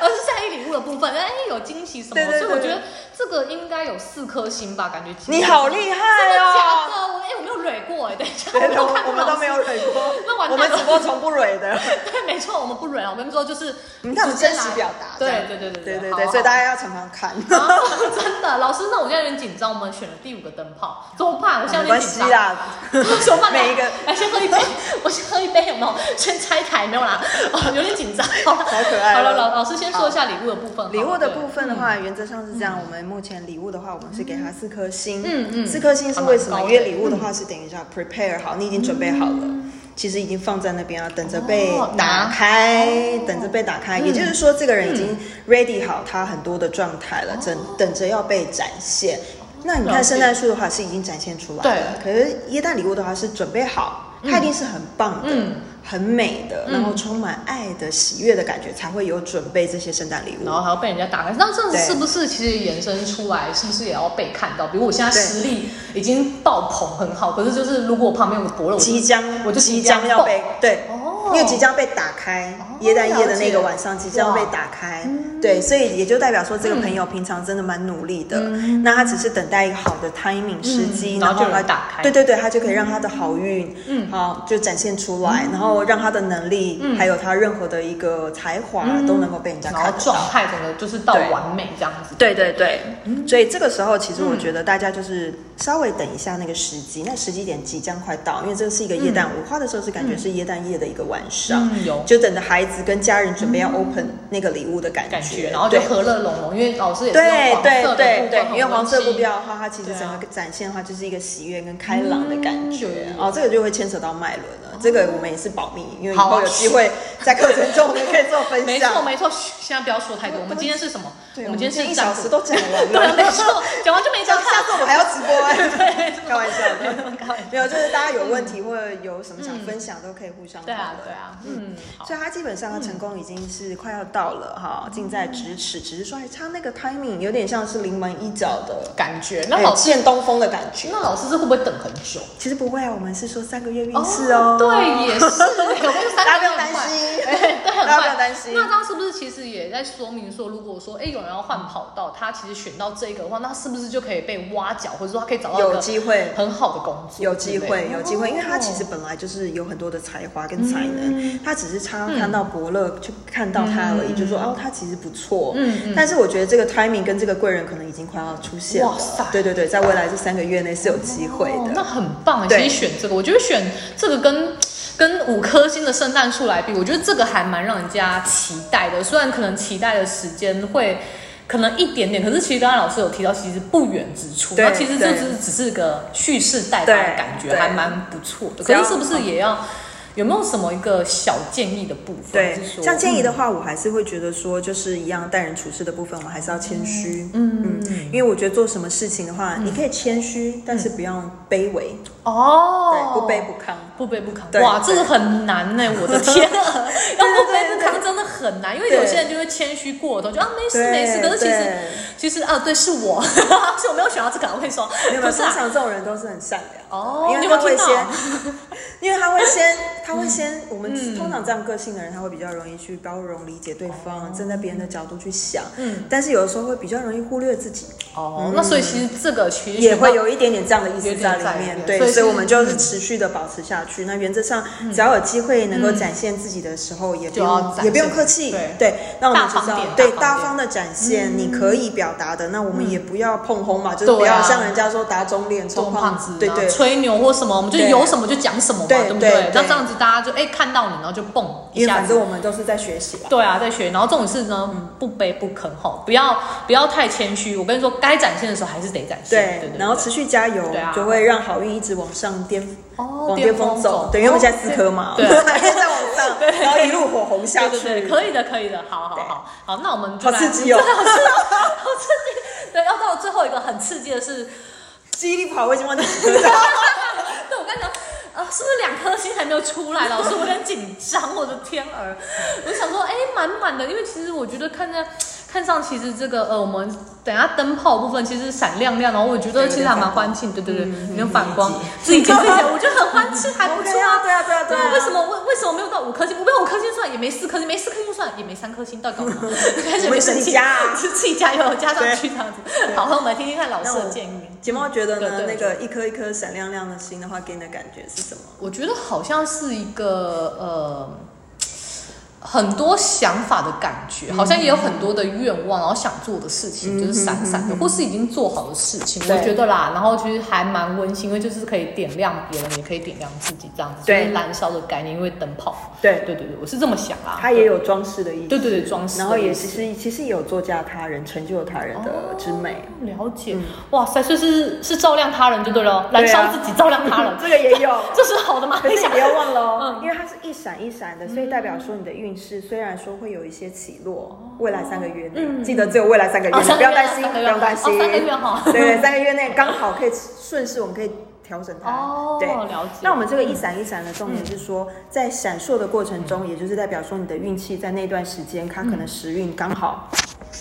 Speaker 1: 是在意礼物的部分，哎有惊喜什么，
Speaker 2: 对对对
Speaker 1: 所以我觉得这个应该有四颗星吧，感觉
Speaker 2: 你好厉害
Speaker 1: 假
Speaker 2: 哦！
Speaker 1: 的，我哎、我没有蕊过哎、等一下，
Speaker 2: 对对，
Speaker 1: 都
Speaker 2: 我
Speaker 1: 看
Speaker 2: 我们都没有
Speaker 1: 老师。
Speaker 2: 蕊过
Speaker 1: 那完蛋，了
Speaker 2: 我们直播从不蕊的。
Speaker 1: 对， 没错，我们不蕊啊，我跟你说就是，
Speaker 2: 你嗯看我们真实表达这
Speaker 1: 对
Speaker 2: 样
Speaker 1: 对对对
Speaker 2: 对对
Speaker 1: 好
Speaker 2: 对，
Speaker 1: 好
Speaker 2: 所以大家要常常看。
Speaker 1: 啊真的，老师，那我现在有点紧张，我们选了第五个灯泡，怎么办？我现在
Speaker 2: 没
Speaker 1: 有
Speaker 2: 关
Speaker 1: 点紧张。
Speaker 2: 系啦，
Speaker 1: 怎么办？
Speaker 2: 每一 个
Speaker 1: 来先喝一杯，我先喝一杯，有没有？先拆台没有啦？ 哦，有点紧张。好了，
Speaker 2: 好可爱哦
Speaker 1: 好了，老老师先说一下礼物的部分好了。
Speaker 2: 礼物的
Speaker 1: 对嗯
Speaker 2: 部分的话，原则上是这样。我们目前礼物的话，我们是给他四颗星。
Speaker 1: 嗯嗯
Speaker 2: 四颗星是为什
Speaker 1: 还蛮
Speaker 2: 么？
Speaker 1: 高
Speaker 2: 因
Speaker 1: 的嗯
Speaker 2: 为礼物的话是等于叫 prepare 好，你已经准备好了。其实已经放在那边啊，等着被
Speaker 1: 哦拿哦嗯
Speaker 2: 打开，等着被打开。也就是说，这个人已经 ready 好他很多的状态了，等等着要被展现。那你
Speaker 1: 哦了
Speaker 2: 看
Speaker 1: 解
Speaker 2: 圣诞树的话是已经展现出来了，可是耶诞礼物的话是准备好，它一定是很棒的、
Speaker 1: 嗯
Speaker 2: 很美的，然后充满爱的、喜悦的感觉，才会有准备这些圣诞礼物。
Speaker 1: 然后还要被人家打开，那这样子
Speaker 2: 对
Speaker 1: 是不是其实延伸出来，是不是也要被看到？比如我现在
Speaker 2: 对
Speaker 1: 实力已经爆棚很好，可是就是如果我旁边有个伯乐，我就
Speaker 2: 即将，
Speaker 1: 我就
Speaker 2: 即将要被对，
Speaker 1: 哦
Speaker 2: 因为即将被打开
Speaker 1: 哦，
Speaker 2: 耶诞夜的那个晚
Speaker 1: 了
Speaker 2: 上
Speaker 1: 解
Speaker 2: 即将被打开，对，所以也就代表说这个朋友平常真的蛮努力的，那他只是等待一个好的 timing 时机，
Speaker 1: 嗯然后就
Speaker 2: 来
Speaker 1: 能打开
Speaker 2: 对对对，他就可以让他的好运，
Speaker 1: 嗯
Speaker 2: 好就展现出来，然后让他的能力，还有他任何的一个才华都能够被人家
Speaker 1: 嗯然
Speaker 2: 看
Speaker 1: 后
Speaker 2: 得
Speaker 1: 状
Speaker 2: 到。
Speaker 1: 态整个就是到
Speaker 2: 对
Speaker 1: 完美这样子。
Speaker 2: 对对对，
Speaker 1: 嗯
Speaker 2: 所以这个时候其实我觉得大家就是稍微等一下那个时机，那时机点即将快到，因为这是一个夜蛋，我画的时候是感觉是夜蛋夜的一个晚上，
Speaker 1: 嗯有
Speaker 2: 就等着孩子跟家人准备要 open 那个礼物的感觉，
Speaker 1: 感觉，然后就
Speaker 2: 对
Speaker 1: 和乐融融，因为老师也是
Speaker 2: 对
Speaker 1: 用黄色
Speaker 2: 对
Speaker 1: 的部
Speaker 2: 对对
Speaker 1: 分，很
Speaker 2: 因为黄色
Speaker 1: 温馨
Speaker 2: 布标的话，它其实
Speaker 1: 对啊
Speaker 2: 整个展现的话就是一个喜悦跟开朗的感觉
Speaker 1: 嗯。有
Speaker 2: 哦，这个就会牵扯到脉轮了，这个我们也是保密，因为以
Speaker 1: 好啊
Speaker 2: 后有机会在课程中我们可以做分
Speaker 1: 没
Speaker 2: 享
Speaker 1: 错。没错，嘘现在不要说太多。我们今天是什么？
Speaker 2: 对，
Speaker 1: 我们今天是
Speaker 2: 一小时都讲完
Speaker 1: 对
Speaker 2: 了，
Speaker 1: 啊，没错，讲完就没
Speaker 2: 下
Speaker 1: 讲
Speaker 2: 下
Speaker 1: 下
Speaker 2: 次我们还要直播哎、开玩笑的，
Speaker 1: 开玩笑
Speaker 2: 没有，就是大家有问题或者有什么想分享，都可以互相
Speaker 1: 嗯
Speaker 2: 讨
Speaker 1: 对
Speaker 2: 论。
Speaker 1: 啊，对啊，嗯，好，
Speaker 2: 所以他基本上他成功已经是快要到了哈，近在咫尺，只是说还差那个 timing，有点像是临门一脚的，
Speaker 1: 感觉。那
Speaker 2: 哎
Speaker 1: 老师，
Speaker 2: 见东风的感觉。
Speaker 1: 那老师这会不会等很久？
Speaker 2: 其实不会啊，我们是说三个月运势哦。
Speaker 1: 对， 也是，我跟
Speaker 2: 大
Speaker 1: 三
Speaker 2: 家
Speaker 1: 个月
Speaker 2: 不用担
Speaker 1: 很快。
Speaker 2: 心，
Speaker 1: 对，很
Speaker 2: 大家不
Speaker 1: 快
Speaker 2: 用担心
Speaker 1: 那这样是不是其实也在说明说，如果说哎、诶有人要换跑道，他其实选到这个的话，那是不是就可以被挖角，或者说他可以找到一
Speaker 2: 有
Speaker 1: 个
Speaker 2: 机会。
Speaker 1: 很好的工作？
Speaker 2: 有机
Speaker 1: 对
Speaker 2: 会，
Speaker 1: 不对哦
Speaker 2: 有机会，因为他其实本来就是有很多的才华跟才
Speaker 1: 嗯
Speaker 2: 能，他只是常常看到伯乐就看到他而已，就说
Speaker 1: 嗯
Speaker 2: 哦，他其实不错。嗯，但是我觉得这个 timing 跟这个贵人可能已经快要出现了
Speaker 1: 哇塞。
Speaker 2: 对对对，在未来这三个月内是有机会
Speaker 1: 哦，那
Speaker 2: 的。
Speaker 1: 很棒。其
Speaker 2: 对
Speaker 1: 实选这个，我觉得选这个跟跟五颗星的圣诞树来比，我觉得这个还蛮让人家期待的。虽然可能期待的时间会。可能一点点，可是其实刚刚老师有提到，其实不远之处。
Speaker 2: 对
Speaker 1: 那其实这
Speaker 2: 对
Speaker 1: 只只是个蓄势待发的
Speaker 2: 对
Speaker 1: 感觉，
Speaker 2: 对
Speaker 1: 还蛮不错的。
Speaker 2: 只
Speaker 1: 可
Speaker 2: 要嗯
Speaker 1: 是是不是也要有没有什么一个小建议的部分？
Speaker 2: 对
Speaker 1: 就是，说嗯
Speaker 2: 像建议的话，我还是会觉得说，就是一样待人处事的部分，我们还是要谦虚。嗯嗯，因为我觉得做什么事情的话，
Speaker 1: 嗯
Speaker 2: 你可以谦虚，但是不要卑微，
Speaker 1: 哦，
Speaker 2: 对，不卑不亢。
Speaker 1: 不卑不亢，
Speaker 2: 对
Speaker 1: 哇，
Speaker 2: 对
Speaker 1: 这个很难 呢、我的天、啊，要不卑不亢真的很难，因为
Speaker 2: 对
Speaker 1: 有些人就会谦虚过头，就啊没事
Speaker 2: 对
Speaker 1: 没事，可是其实
Speaker 2: 对
Speaker 1: 其实啊对是我， 是我没有选到这个，我跟你说，
Speaker 2: 没有没
Speaker 1: 不
Speaker 2: 有，
Speaker 1: 是
Speaker 2: 通
Speaker 1: 啊，
Speaker 2: 常这种人都是很善良
Speaker 1: 哦
Speaker 2: 因
Speaker 1: 你
Speaker 2: 为
Speaker 1: 有
Speaker 2: 他
Speaker 1: 没
Speaker 2: 会
Speaker 1: 有听
Speaker 2: 先
Speaker 1: 到， 嗯
Speaker 2: 因为他会先，他会先，我们通常这样个性的人，他会比较容易去包容、理解对
Speaker 1: 哦
Speaker 2: 方，站在别人的角度去想，嗯，但是有的时候会比较容易忽略自己，
Speaker 1: 哦，那所以其实这个其实
Speaker 2: 嗯也
Speaker 1: 选到
Speaker 2: 会有一点点这样的意思在里面，
Speaker 1: 有点在
Speaker 2: 对
Speaker 1: 对，
Speaker 2: 所
Speaker 1: 所
Speaker 2: 以
Speaker 1: 以嗯
Speaker 2: 我们就是持续的保持下去。那原则上，只要有机会能够展现自己的时候，也
Speaker 1: 嗯
Speaker 2: 不
Speaker 1: 就要
Speaker 2: 用
Speaker 1: 展现
Speaker 2: 也不用客气
Speaker 1: 对，
Speaker 2: 对，那我们就知
Speaker 1: 大
Speaker 2: 道
Speaker 1: 方点，大
Speaker 2: 对，
Speaker 1: 方点嗯
Speaker 2: 大方的展现你可以表达的，那我们也不要碰轰嘛，就是
Speaker 1: 对啊
Speaker 2: 不要像人家说打肿脸充
Speaker 1: 中胖
Speaker 2: 胖
Speaker 1: 子
Speaker 2: 子
Speaker 1: 啊，
Speaker 2: 对对，
Speaker 1: 吹牛或什么，我们就
Speaker 2: 对
Speaker 1: 有什么就讲什么嘛，
Speaker 2: 对
Speaker 1: 对不
Speaker 2: 对
Speaker 1: 对
Speaker 2: 对？
Speaker 1: 那这样子大家就哎看到你，然后就蹦一
Speaker 2: 因为
Speaker 1: 下
Speaker 2: 反
Speaker 1: 子
Speaker 2: 正我嗯们都是在学习啦。
Speaker 1: 对啊，在学。然后这种事呢，不卑不亢吼，不要不要太谦虚。我跟你说，该展现的时候还是得展现。对对
Speaker 2: 对，
Speaker 1: 对，
Speaker 2: 然后持续加油
Speaker 1: 对啊，
Speaker 2: 就会让好运一直往上巅，
Speaker 1: 哦
Speaker 2: 往巅
Speaker 1: 巅
Speaker 2: 峰
Speaker 1: 峰走哦
Speaker 2: 走。对，因为我们现在四颗嘛，
Speaker 1: 对
Speaker 2: 还可以再往上，然后一路火红下
Speaker 1: 对对对，
Speaker 2: 去。
Speaker 1: 可以的，可以的，好好好好，那我们就
Speaker 2: 好
Speaker 1: 来
Speaker 2: 刺激哦
Speaker 1: 对 好刺激，好刺激。对，要到最后一个很刺激的是，
Speaker 2: 记忆力不好，我已经忘记几颗了。
Speaker 1: 对我跟你讲，呃，是不是两颗星还没有出来？老师，我有点紧张，我的天 儿！我就想说，哎，满满的，因为其实我觉得看在看上，其实这个呃，我们等下灯泡部分其实闪亮亮，然后我觉得其实还蛮欢庆，对对对，
Speaker 2: 嗯
Speaker 1: 有点反光，自己给自己，我觉得很欢庆，还不错
Speaker 2: OK 啊 对啊对啊对啊
Speaker 1: 为什么为为什么没有到五颗星？我没有五颗星算，也没四颗星，没四颗星就算，也没三颗星，到底干嘛？ 开始没
Speaker 2: 我们自
Speaker 1: 生
Speaker 2: 己
Speaker 1: 气
Speaker 2: 加啊
Speaker 1: 是 自己加油加上
Speaker 2: 对
Speaker 1: 去这样子。好，那我们来听听看老师
Speaker 2: 那
Speaker 1: 的
Speaker 2: 我
Speaker 1: 建议。
Speaker 2: 睫毛觉得
Speaker 1: 对对
Speaker 2: 呢，那个一颗一颗闪亮亮的星的话，给你的感觉是什么？
Speaker 1: 我觉得好像是一个呃。很多想法的感觉，
Speaker 2: 嗯
Speaker 1: 好像也有很多的愿望，然后想做的事情，就是闪闪的，或是已经做好的事情，我
Speaker 2: 嗯对
Speaker 1: 觉得啦。然后其实还蛮温馨，因为就是可以点亮别人，也可以点亮自己，这样子，就
Speaker 2: 对
Speaker 1: 是燃烧的概念，因为灯泡。
Speaker 2: 对
Speaker 1: 对对对，我是这么想啊。
Speaker 2: 它也有装饰的意思，
Speaker 1: 对对对装饰的
Speaker 2: 然后也
Speaker 1: 意思
Speaker 2: 其实其实也有作家他人成就他人的之美。
Speaker 1: 了解，
Speaker 2: 嗯
Speaker 1: 哇塞，所以是是照亮他人就对了，燃烧自己，照亮他人，
Speaker 2: 这个也有
Speaker 1: 这是好的吗？
Speaker 2: 啊可
Speaker 1: 你
Speaker 2: 是你
Speaker 1: 想
Speaker 2: 不要忘了哦，
Speaker 1: 嗯
Speaker 2: 因为它是一闪一闪的，所以代表说你的运势虽然说会有一些起落，未来三个月内，记得只有未来哦嗯三个月
Speaker 1: 哦
Speaker 2: 内，
Speaker 1: 三
Speaker 2: 不
Speaker 1: 个月
Speaker 2: 要担心，
Speaker 1: 三
Speaker 2: 不
Speaker 1: 个月
Speaker 2: 用担心，
Speaker 1: 哦三个月哈
Speaker 2: 对 对，三个月内刚好可以顺势，我们可以调整它。
Speaker 1: 哦
Speaker 2: 对，
Speaker 1: 了解嗯
Speaker 2: 那我们这个一闪一闪的重点是说，在闪烁的过程中，也就是代表说你的运气在那段时间，它可能时运刚好。
Speaker 1: 嗯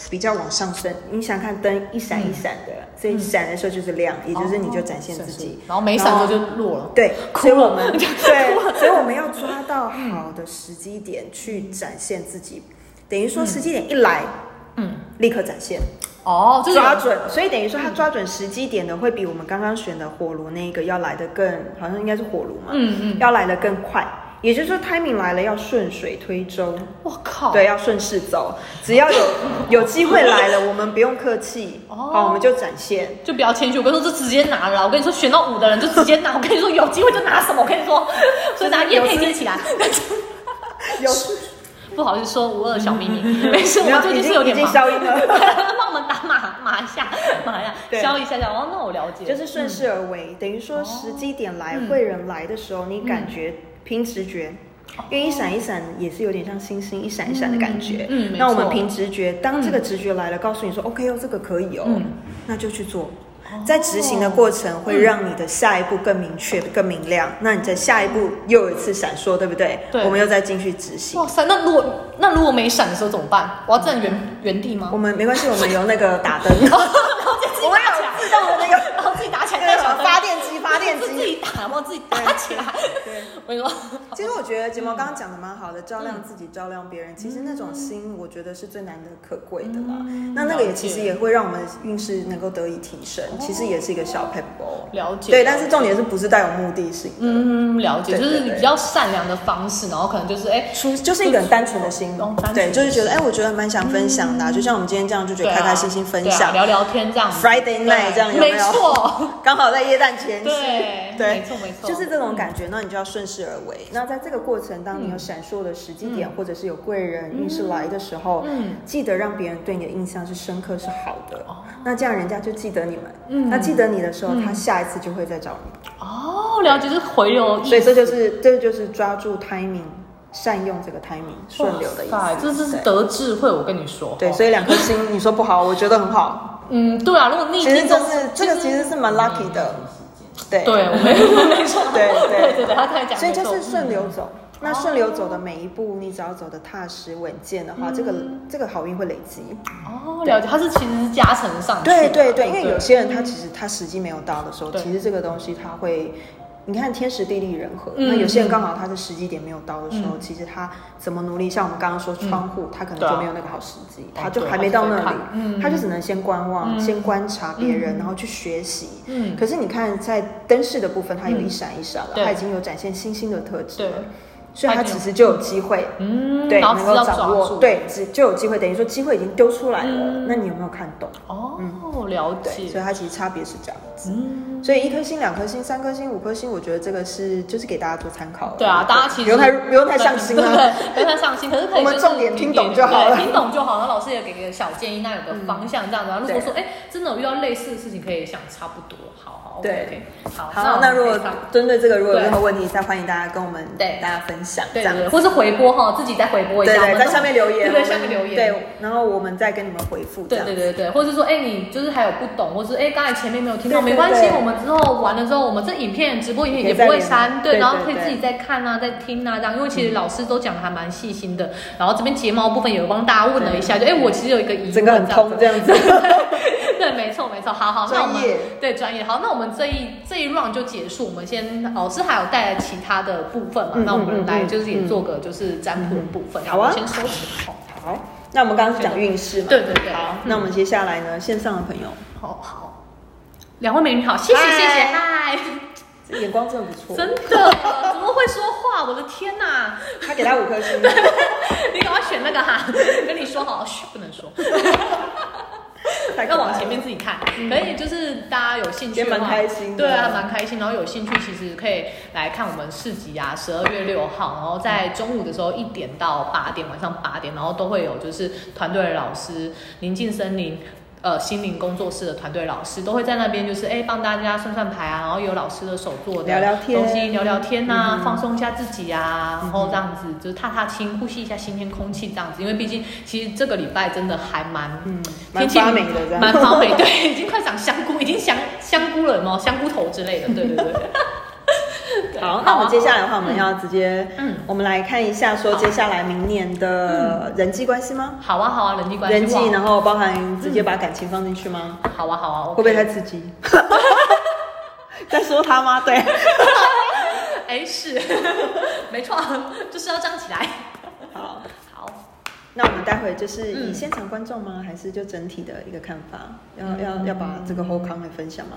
Speaker 2: 比较往上升，你想看灯一闪一闪的，所以闪的时候就是亮，也
Speaker 1: 嗯
Speaker 2: 就是你就展现自己。
Speaker 1: 哦然后没闪过就落了。
Speaker 2: 对，
Speaker 1: 哭
Speaker 2: 所以我
Speaker 1: 了
Speaker 2: 们对，所以我们要抓到好的时机点去展现自己，等于说时机点一来，
Speaker 1: 嗯，
Speaker 2: 立刻展现，
Speaker 1: 哦，就是
Speaker 2: 抓准。所以等于说他抓准时机点的，会比我们刚刚选的火炉那个要来的更，好像应该是火炉嘛，
Speaker 1: 嗯嗯，
Speaker 2: 要来的更快。也就是说，timing 来了要顺水推舟，
Speaker 1: 我靠，
Speaker 2: 对，，要顺势走。只 要有有机会来了，我们不用客气，
Speaker 1: 哦
Speaker 2: 好，我们就展现。
Speaker 1: 就不要谦虚。我跟你说，就直接拿了啦。我跟你说，选到五的人就直接拿。我跟你说，有机会就拿什么。我跟你说，所以拿叶配接起来。
Speaker 2: 有，
Speaker 1: 不好意思，说无二小秘
Speaker 2: 嗯
Speaker 1: 密，没事，我们最
Speaker 2: 已
Speaker 1: 近是
Speaker 2: 经
Speaker 1: 有
Speaker 2: 已
Speaker 1: 点
Speaker 2: 经
Speaker 1: 忙。
Speaker 2: 消音了。
Speaker 1: 帮我们打码码一下，码一下，
Speaker 2: 对
Speaker 1: 消一下下。哦，那我了解，
Speaker 2: 就是顺势而
Speaker 1: 嗯
Speaker 2: 为，等于说时
Speaker 1: 哦
Speaker 2: 机点来、贵人来的时候，你感觉凭直觉。因为一闪一闪也是有点像星星一闪一闪的感觉，
Speaker 1: 哦嗯嗯没
Speaker 2: 那我
Speaker 1: 错
Speaker 2: 们凭直觉，当这个直觉来了，告诉你说 OK 哦，这个可以哦，
Speaker 1: 嗯哦
Speaker 2: 那就去做。在执行的过程会让你的下一步更明确、更明亮，那你在下一步又有一次闪烁，对不对？
Speaker 1: 对
Speaker 2: 我们又再进去执行
Speaker 1: 哇。塞，那如果那如果没闪的时候怎么办？我要站原原地吗
Speaker 2: 我？们没关系，我们有那个打灯，
Speaker 1: 然后自己
Speaker 2: 我们
Speaker 1: 打起
Speaker 2: 有
Speaker 1: 来，
Speaker 2: 自动的那个
Speaker 1: 然后自己打起来，
Speaker 2: 那
Speaker 1: 再
Speaker 2: 个什
Speaker 1: 想
Speaker 2: 么发电机、发电
Speaker 1: 是自
Speaker 2: 机。
Speaker 1: 己打，然后自己打起来。
Speaker 2: 对。
Speaker 1: 我跟你说，
Speaker 2: 其实我觉得睫毛刚刚讲的蛮好的，照亮自己，照亮别
Speaker 1: 嗯
Speaker 2: 人。其实那种心，我觉得是最难得可贵的啦。那那
Speaker 1: 了
Speaker 2: 个也
Speaker 1: 解
Speaker 2: 其实也会让我们运势能够得以提升，其实也是一个小 p e b a
Speaker 1: 了解
Speaker 2: 对，但是重点是不是带有目的性的？
Speaker 1: 嗯，了解，
Speaker 2: 对
Speaker 1: 就是
Speaker 2: 对
Speaker 1: 你
Speaker 2: 对
Speaker 1: 比较善良的方式，然后可能就是哎，
Speaker 2: 出就是一个很单纯的心
Speaker 1: 哦单纯，嗯
Speaker 2: 对，就是觉得哎，我觉得蛮想分享的啊，就像我们今天这样，就觉
Speaker 1: 对啊
Speaker 2: 得开开心心分
Speaker 1: 对啊
Speaker 2: 享。
Speaker 1: 聊聊天这样子
Speaker 2: Friday
Speaker 1: 对
Speaker 2: night 这样有没
Speaker 1: 没
Speaker 2: 有？
Speaker 1: 错，
Speaker 2: 刚好在耶诞前夕，
Speaker 1: 对
Speaker 2: 对，
Speaker 1: 没错没错嗯
Speaker 2: 就是这种感觉。那你就要顺势而为。那在这个过程，当你有闪烁的时机点，或者是有贵人运势来的时候，
Speaker 1: 嗯哦
Speaker 2: 记得让别人对你的印象是深刻是好的。那这样人家就记得你们。
Speaker 1: 嗯
Speaker 2: 那记得你的时候，他下一次就会再找你。
Speaker 1: 哦，了解，就是回流意
Speaker 2: 所以
Speaker 1: 思。
Speaker 2: 这就是这就是抓住 timing，善用这个 timing 顺流的意
Speaker 1: 哇塞
Speaker 2: 思。
Speaker 1: 这这是
Speaker 2: 对
Speaker 1: 得智慧，我跟你说。
Speaker 2: 对，所以两颗星，你说不好，我觉得很好。
Speaker 1: 嗯，对啊，如果逆
Speaker 2: 其实
Speaker 1: 境
Speaker 2: 这
Speaker 1: 中
Speaker 2: 是这个其实是蛮 lucky 的，对
Speaker 1: 对，我没没错，
Speaker 2: 对对
Speaker 1: 对对对，他刚才讲，
Speaker 2: 所以就
Speaker 1: 没错
Speaker 2: 是顺流走。那顺流走的每一步，你只要走的踏实稳健的话，这个
Speaker 1: 嗯
Speaker 2: 这个好运会累积。
Speaker 1: 哦，了解，它是其实是加成上去的，
Speaker 2: 对对对，
Speaker 1: 不
Speaker 2: 因为有些人他其实他时机没有到的时候，
Speaker 1: 对
Speaker 2: 其实这个东西他会。你看天时地利人和，
Speaker 1: 嗯
Speaker 2: 那有些人刚好他的时机点没有到的时候，其实他怎么努力，像我们刚刚说窗户，他可能
Speaker 1: 对啊
Speaker 2: 就没有那个好时机，
Speaker 1: 哦
Speaker 2: 他就
Speaker 1: 对
Speaker 2: 还没到那
Speaker 1: 他就
Speaker 2: 里
Speaker 1: 会看，嗯
Speaker 2: 他就只能先观望，
Speaker 1: 嗯
Speaker 2: 先观察别人，然后去学习。
Speaker 1: 嗯
Speaker 2: 可是你看在灯饰的部分，它有一闪一闪了，
Speaker 1: 对
Speaker 2: 它已经有展现星星的特质
Speaker 1: 对
Speaker 2: 了，所以它其实就有机会，
Speaker 1: 嗯，
Speaker 2: 对，
Speaker 1: 然后
Speaker 2: 能够
Speaker 1: 是要抓
Speaker 2: 掌握，
Speaker 1: 住，
Speaker 2: 对，只就有机会，等于说机会已经丢出来了，
Speaker 1: 嗯
Speaker 2: 那你有没有看懂？
Speaker 1: 哦，了
Speaker 2: 嗯对，
Speaker 1: 解，
Speaker 2: 所以它其实差别是这样子。
Speaker 1: 嗯，
Speaker 2: 所以一颗星、两颗星、三颗星、五颗星，我觉得这个是就是给大家做参考了。
Speaker 1: 对啊，大家其实
Speaker 2: 不用太不用太上心啊
Speaker 1: 对
Speaker 2: 了。
Speaker 1: 对，不 用太上心。可是可以
Speaker 2: 我们
Speaker 1: 就是
Speaker 2: 重点
Speaker 1: 一
Speaker 2: 听
Speaker 1: 点
Speaker 2: 懂就好了嗯
Speaker 1: 对听懂就好。然后老师也给个小建议，那有个方向这样子。然后如果说哎，真的有遇到类似的事情，可以想差不多。好好，
Speaker 2: 对
Speaker 1: OK，OK，好，
Speaker 2: 好，
Speaker 1: 我
Speaker 2: 那
Speaker 1: 们
Speaker 2: 如果
Speaker 1: 可以看
Speaker 2: 针对这个，如果有
Speaker 1: 对
Speaker 2: 任何问题，再欢迎大家跟我们
Speaker 1: 对
Speaker 2: 大家分分享，
Speaker 1: 对
Speaker 2: 这
Speaker 1: 对对，
Speaker 2: 样
Speaker 1: 或是回播哈，自己再回播一
Speaker 2: 对
Speaker 1: 下，我
Speaker 2: 对，
Speaker 1: 们
Speaker 2: 在
Speaker 1: 都
Speaker 2: 下面留
Speaker 1: 对对
Speaker 2: 言，我们
Speaker 1: 下面留言
Speaker 2: 对，然后我们再跟你们回复，这
Speaker 1: 对
Speaker 2: 样
Speaker 1: 对对对，或者说，哎、你就是还有不懂，或者是哎，刚、才前面没有听到，
Speaker 2: 对对
Speaker 1: 没关系
Speaker 2: 对，
Speaker 1: 我们之后完了之后，我们这影片直播影片
Speaker 2: 也
Speaker 1: 也
Speaker 2: 在
Speaker 1: 不会
Speaker 2: 连
Speaker 1: 删，
Speaker 2: 对
Speaker 1: 对，然后
Speaker 2: 对
Speaker 1: 可以
Speaker 2: 对嗯
Speaker 1: 自己再看啊，再听啊，这样，因为其实老师都讲的还蛮细心的，然后这边睫毛部分也有帮大家问了一下，就哎、我其实有一个疑问，
Speaker 2: 整个很
Speaker 1: 这样
Speaker 2: 通
Speaker 1: 子
Speaker 2: 这样子。
Speaker 1: 对，没错没错，好好，那我们
Speaker 2: 专业
Speaker 1: 对专业好，那我们这一这一 round 就结束，我们先老师还有带来其他的部分嘛，
Speaker 2: 嗯
Speaker 1: 那我们来
Speaker 2: 嗯嗯
Speaker 1: 就是也做个就是占卜的部分，然
Speaker 2: 好
Speaker 1: 后
Speaker 2: 啊
Speaker 1: 先收拾好，
Speaker 2: 好，那我们刚刚是讲运势嘛？
Speaker 1: 对对对
Speaker 2: 好，
Speaker 1: 嗯
Speaker 2: 那我们接下来呢，线上的朋友，
Speaker 1: 好好，两位美女好，谢谢
Speaker 2: 嗨哦
Speaker 1: 谢谢，嗨，
Speaker 2: 这眼光真的不错，
Speaker 1: 真的怎么会说话？我的天哪！
Speaker 2: 他给他五颗 星。
Speaker 1: 你赶快选那个哈，跟你说好，嘘，不能说。
Speaker 2: 太可爱
Speaker 1: 要
Speaker 2: 了
Speaker 1: 往前面自己看，可以就是大家有兴趣
Speaker 2: 嗯也
Speaker 1: 的话，
Speaker 2: 蛮开心的
Speaker 1: 对啊，蛮开心。然后有兴趣其实可以来看我们市集啊，十二月六号，然后在中午的时候一点到八点，晚上八点，然后都会有就是团队的老师宁静森林。呃，心灵工作室的团队老师都会在那边，就是哎帮大家算算牌啊，然后有老师的手做的
Speaker 2: 聊聊天嗯
Speaker 1: 东西，聊聊天呐、放松一下自己啊，然后这样子就是踏踏青，呼吸一下新鲜空气这样子。因为毕竟其实这个礼拜真的还蛮
Speaker 2: 嗯，
Speaker 1: 天
Speaker 2: 蛮
Speaker 1: 气
Speaker 2: 发霉的这样，
Speaker 1: 蛮发霉，对， 已经快长香菇，已经香香菇了嘛，香菇头之类的，对对 对。对
Speaker 2: 好，那我们接下来的话，
Speaker 1: 好
Speaker 2: 我
Speaker 1: 啊
Speaker 2: 们要直接，
Speaker 1: 嗯
Speaker 2: 我们来看一下，说接下来明年的人际关系吗？
Speaker 1: 好啊好啊，人际关系
Speaker 2: 人际，
Speaker 1: 哇
Speaker 2: 然后包含直接把感情放进去吗？
Speaker 1: 好啊好啊，
Speaker 2: 会
Speaker 1: 我
Speaker 2: 不会太刺 激？在说他吗？对，
Speaker 1: 哎是， 没错，就是要站起来。
Speaker 2: 好，
Speaker 1: 好，
Speaker 2: 那我们待会就是以
Speaker 1: 嗯
Speaker 2: 现场观众吗？还是就整体的一个看法？要
Speaker 1: 嗯
Speaker 2: 要要把这个 whole 康来分享吗？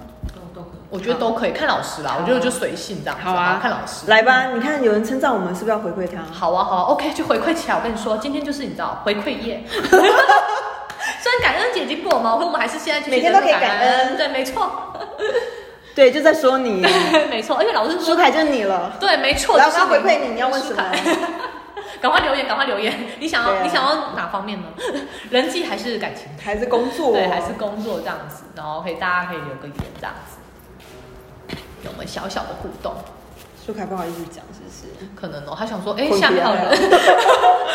Speaker 1: 我觉得都可以看老师啦，我觉得就随性这样子，啊看老师。
Speaker 2: 啊来吧，你看有人称赞我们，是不是要回馈他？
Speaker 1: 好啊，好啊，OK，就回馈起来。我跟你说，今天就是你知道回馈夜。 虽然感恩节已经过嘛，我们还是现在继续
Speaker 2: 每天都可以
Speaker 1: 感
Speaker 2: 感恩
Speaker 1: 对，没错，
Speaker 2: 对，就在说你，
Speaker 1: 没错。而且老师
Speaker 2: 舒
Speaker 1: 说，
Speaker 2: 凯就是你了。
Speaker 1: 对，没错，
Speaker 2: 然后
Speaker 1: 就是
Speaker 2: 他回馈你，你要问什么？
Speaker 1: 赶快留言，赶快留 言！你想
Speaker 2: 对
Speaker 1: 要、
Speaker 2: 啊
Speaker 1: 你想要哪方面呢？ 人际还是感情？
Speaker 2: 还是工作？
Speaker 1: 对，还是工作这样子，然后可以大家可以留个言这样子，有我们小小的互动，
Speaker 2: 舒凯不好意思讲，是不是？
Speaker 1: 可能哦、他想说，哎、
Speaker 2: 混
Speaker 1: 下面还有
Speaker 2: 不要
Speaker 1: 人，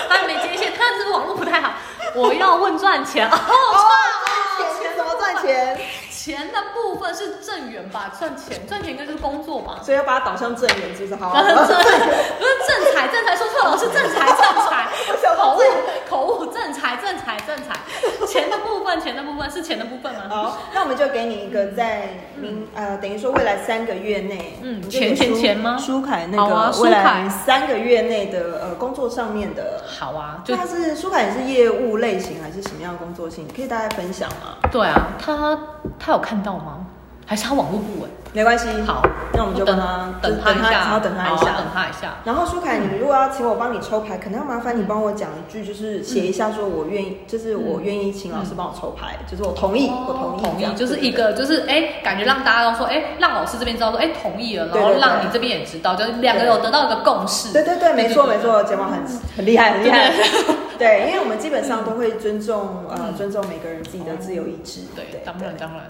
Speaker 1: 他还没接线，他这个网络不太好。我要问赚钱 哦，
Speaker 2: 赚钱怎么赚钱？
Speaker 1: 钱的部分是正缘吧？赚钱，赚钱应该就是工作吧？
Speaker 2: 所以要把它导向正源，是不是？ 好，
Speaker 1: 正不是正财，正财说错了，是正财，正财
Speaker 2: 我想，
Speaker 1: 口
Speaker 2: 说
Speaker 1: 误，口误，正财，正财，正财，钱的部分，钱的部分是钱的部分吗？
Speaker 2: 好，那我们就给你一个在明、呃，等于说未来三个月内，
Speaker 1: 嗯
Speaker 2: 你就给
Speaker 1: 钱钱
Speaker 2: 舒
Speaker 1: 钱吗
Speaker 2: 舒凯那
Speaker 1: 好啊
Speaker 2: 个
Speaker 1: 舒
Speaker 2: 未
Speaker 1: 凯
Speaker 2: 来三个月内的呃工作上面的，
Speaker 1: 好啊，就
Speaker 2: 那他是舒凯你是业务类型还是什么样的工作性？可以大概分享吗？
Speaker 1: 对啊，他他有看到吗？还是他网络不稳？
Speaker 2: 没关系，
Speaker 1: 好，
Speaker 2: 那我们就
Speaker 1: 等
Speaker 2: 帮他
Speaker 1: 等
Speaker 2: 就
Speaker 1: 他
Speaker 2: 等
Speaker 1: 一
Speaker 2: 他
Speaker 1: 下，
Speaker 2: 然后等他一
Speaker 1: 好
Speaker 2: 下
Speaker 1: 啊等他一下。
Speaker 2: 然后舒凯，你如果要请我帮你抽牌，可能要麻烦你帮我讲一句，就是写一下说我愿意，就是我愿意请老师帮我抽牌，就是我同意，我同意，
Speaker 1: 哦同
Speaker 2: 这
Speaker 1: 意
Speaker 2: 样
Speaker 1: 就是
Speaker 2: 对
Speaker 1: 一个，就是哎，感觉让大家都说，哎，让老师这边知道说，哎，同意了，然
Speaker 2: 对
Speaker 1: 后
Speaker 2: 对对
Speaker 1: 让你这边也知道，就是两个有得到一个共识。
Speaker 2: 对对对，没错没。错，睫毛很很厉害很厉害
Speaker 1: 对。嗯
Speaker 2: 对，因为我们基本上都会尊重呃尊重每个人自己的自由意志。
Speaker 1: 对，当然当然，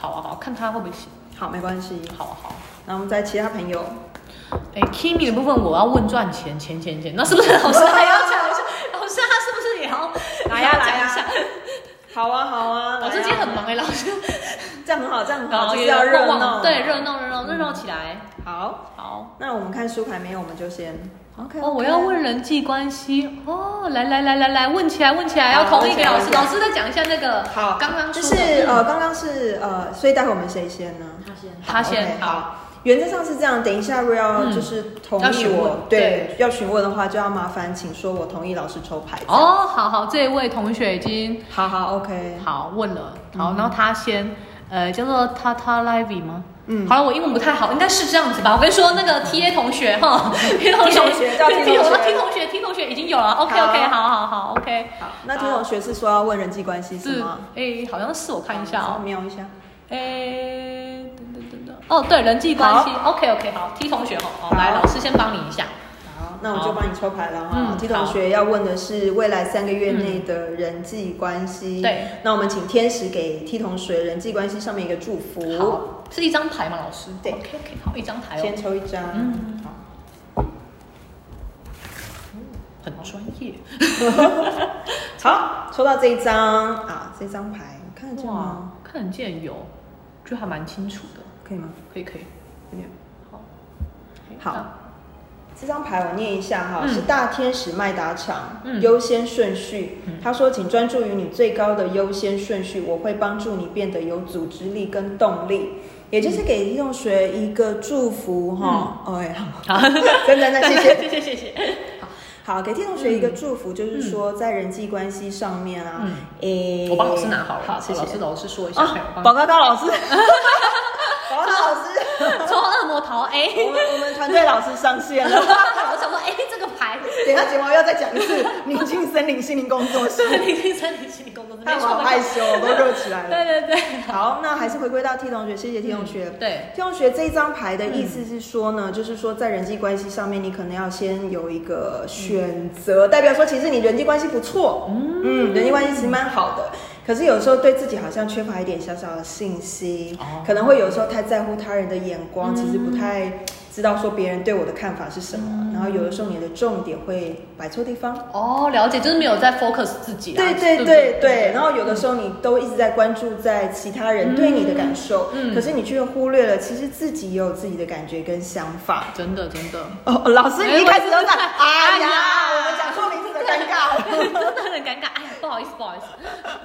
Speaker 1: 好啊好，看他会不会行，
Speaker 2: 好，没关系。
Speaker 1: 好啊好。
Speaker 2: 那我们在其他朋友，
Speaker 1: 哎，Kimi 的部分我要问赚钱，钱钱钱，那是不是老师还要讲一下？ 老师他是不是也要
Speaker 2: 来呀
Speaker 1: 也要
Speaker 2: 来
Speaker 1: 讲一
Speaker 2: 呀
Speaker 1: 下？，
Speaker 2: 好啊好啊，
Speaker 1: 老师今
Speaker 2: 来
Speaker 1: 天
Speaker 2: 啊
Speaker 1: 很忙哎，老 师。
Speaker 2: 这样很好，这样很
Speaker 1: 然
Speaker 2: 好，
Speaker 1: 后
Speaker 2: 就是
Speaker 1: 也
Speaker 2: 要热
Speaker 1: 旺
Speaker 2: 闹。嗯
Speaker 1: 对，，热闹热闹热闹起来。
Speaker 2: 好，
Speaker 1: 好，
Speaker 2: 那我们看书牌没有，我们就先 OK。
Speaker 1: 哦，我要问人际关系哦，来来来来来，问起来问起来，要同意给老师，老师再讲一下那个
Speaker 2: 好，
Speaker 1: 刚刚
Speaker 2: 就
Speaker 1: 说
Speaker 2: 是
Speaker 1: 的
Speaker 2: 呃，刚刚是呃，所以待会我们谁先呢？
Speaker 3: 他先
Speaker 1: 他先
Speaker 2: OK，好。原则上是这样，等一下如果要
Speaker 1: 嗯
Speaker 2: 就是同
Speaker 1: 要
Speaker 2: 意
Speaker 1: 询问
Speaker 2: 我，对，要询问的话就要麻烦请说我同意老师抽牌。这样，
Speaker 1: 哦，好好，这位同学已经
Speaker 2: 好好，OK，
Speaker 1: 好问了，好，然后他先。呃，叫做 Tata Livy 吗？
Speaker 2: 嗯
Speaker 1: 好了，我英文不太好，应该是这样子吧。我跟你说，那个 T A 同学哈，T 同学
Speaker 2: 嗯 T 同学叫 T 同学
Speaker 1: T 同学，T 同学已经有了。OK OK，好好好，OK。
Speaker 2: 好。那听同学是说要问人际关系是
Speaker 1: 是
Speaker 2: 吗？
Speaker 1: 哎，好像是我看一下哦哎
Speaker 2: 稍微。瞄一下。
Speaker 1: 诶，等等等等，哦，对，人际关系，OK OK，好，T 同学哦，好，
Speaker 2: 好
Speaker 1: 来，老师先帮你一下，
Speaker 2: 好，那我就帮你抽牌了哈
Speaker 1: 嗯。
Speaker 2: T 同学要问的是未来三个月内的人际关系。
Speaker 1: 对，
Speaker 2: 那我们请天使给 T 同学人际关系上面一个祝福。
Speaker 1: 好，是一张牌吗，老师？
Speaker 2: 嗯
Speaker 1: 哦
Speaker 2: 对
Speaker 1: ，OK OK，好，一张牌哦
Speaker 2: 先，抽一张。
Speaker 1: 嗯
Speaker 2: 好。
Speaker 1: 很专业。
Speaker 2: 好，抽到这一张啊，这张牌看得见
Speaker 1: 哇
Speaker 2: 吗？，
Speaker 1: 看得见有，就还蛮清楚的。
Speaker 2: 可以吗？
Speaker 1: 可以可以，
Speaker 2: 有点
Speaker 1: 好，
Speaker 2: 好。这张牌我念一下哈，
Speaker 1: 嗯
Speaker 2: 是大天使麦达场
Speaker 1: 嗯
Speaker 2: 优先顺序
Speaker 1: 嗯。
Speaker 2: 他说：“请专注于你最高的优先顺序，我会帮助你变得有组织力跟动力。”也
Speaker 1: 嗯
Speaker 2: 就是给利用学一个祝福哈，哎， 好，真的，那谢谢。
Speaker 1: 谢谢谢谢。
Speaker 2: 好，给听众学一个祝福，就是说在人际关系上面啊
Speaker 1: 嗯，
Speaker 2: 诶，
Speaker 1: 我帮老师拿好了，
Speaker 2: 好，谢谢
Speaker 1: 老师老师说一下，哎
Speaker 2: 啊
Speaker 1: 我，帮
Speaker 2: 宝高高 老师，宝高高老师，
Speaker 1: 抽恶魔桃 A，
Speaker 2: 我们我们团队老师上线 了。
Speaker 1: 我想说，哎，这个牌
Speaker 2: 等一下节目要再讲一次，宁静森林心灵工作室，
Speaker 1: 你听森林心理工作室，
Speaker 2: 但我好害羞，我都热起来了。
Speaker 1: 对对对，嗯
Speaker 2: 好，那还是回归到 T 同学，谢谢 T 同学。
Speaker 1: 对，嗯
Speaker 2: T 同学这一张牌的意思是说呢，就是说在人际关系上面，你可能要先有一个选
Speaker 1: 嗯
Speaker 2: 择，代表说其实你人际关系不错，嗯，人际关系其实蛮好的。可是有时候对自己好像缺乏一点小小的信心，
Speaker 1: 哦嗯
Speaker 2: 可能会有时候太在乎他人的眼光，其实不太知道说别人对我的看法是什么。
Speaker 1: 嗯
Speaker 2: 然后有的时候你的重点会摆错地方，
Speaker 1: 哦，了解，就是没有在 focus 自己啊，
Speaker 2: 对
Speaker 1: 不
Speaker 2: 对对对，然后有的时候你都一直在关注在其他人对你的感受，
Speaker 1: 嗯
Speaker 2: 可是你却忽略了其实自己也有自己的感觉跟想法。
Speaker 1: 真的真的，
Speaker 2: 哦，老师，
Speaker 1: 哎
Speaker 2: 你一开始都
Speaker 1: 我
Speaker 2: 在，
Speaker 1: 是
Speaker 2: 哎
Speaker 1: 哎
Speaker 2: 呀
Speaker 1: 呀，
Speaker 2: 我们讲错名字的尴尬 了。
Speaker 1: 真的很尴尬，哎呀，不好意思不好意思，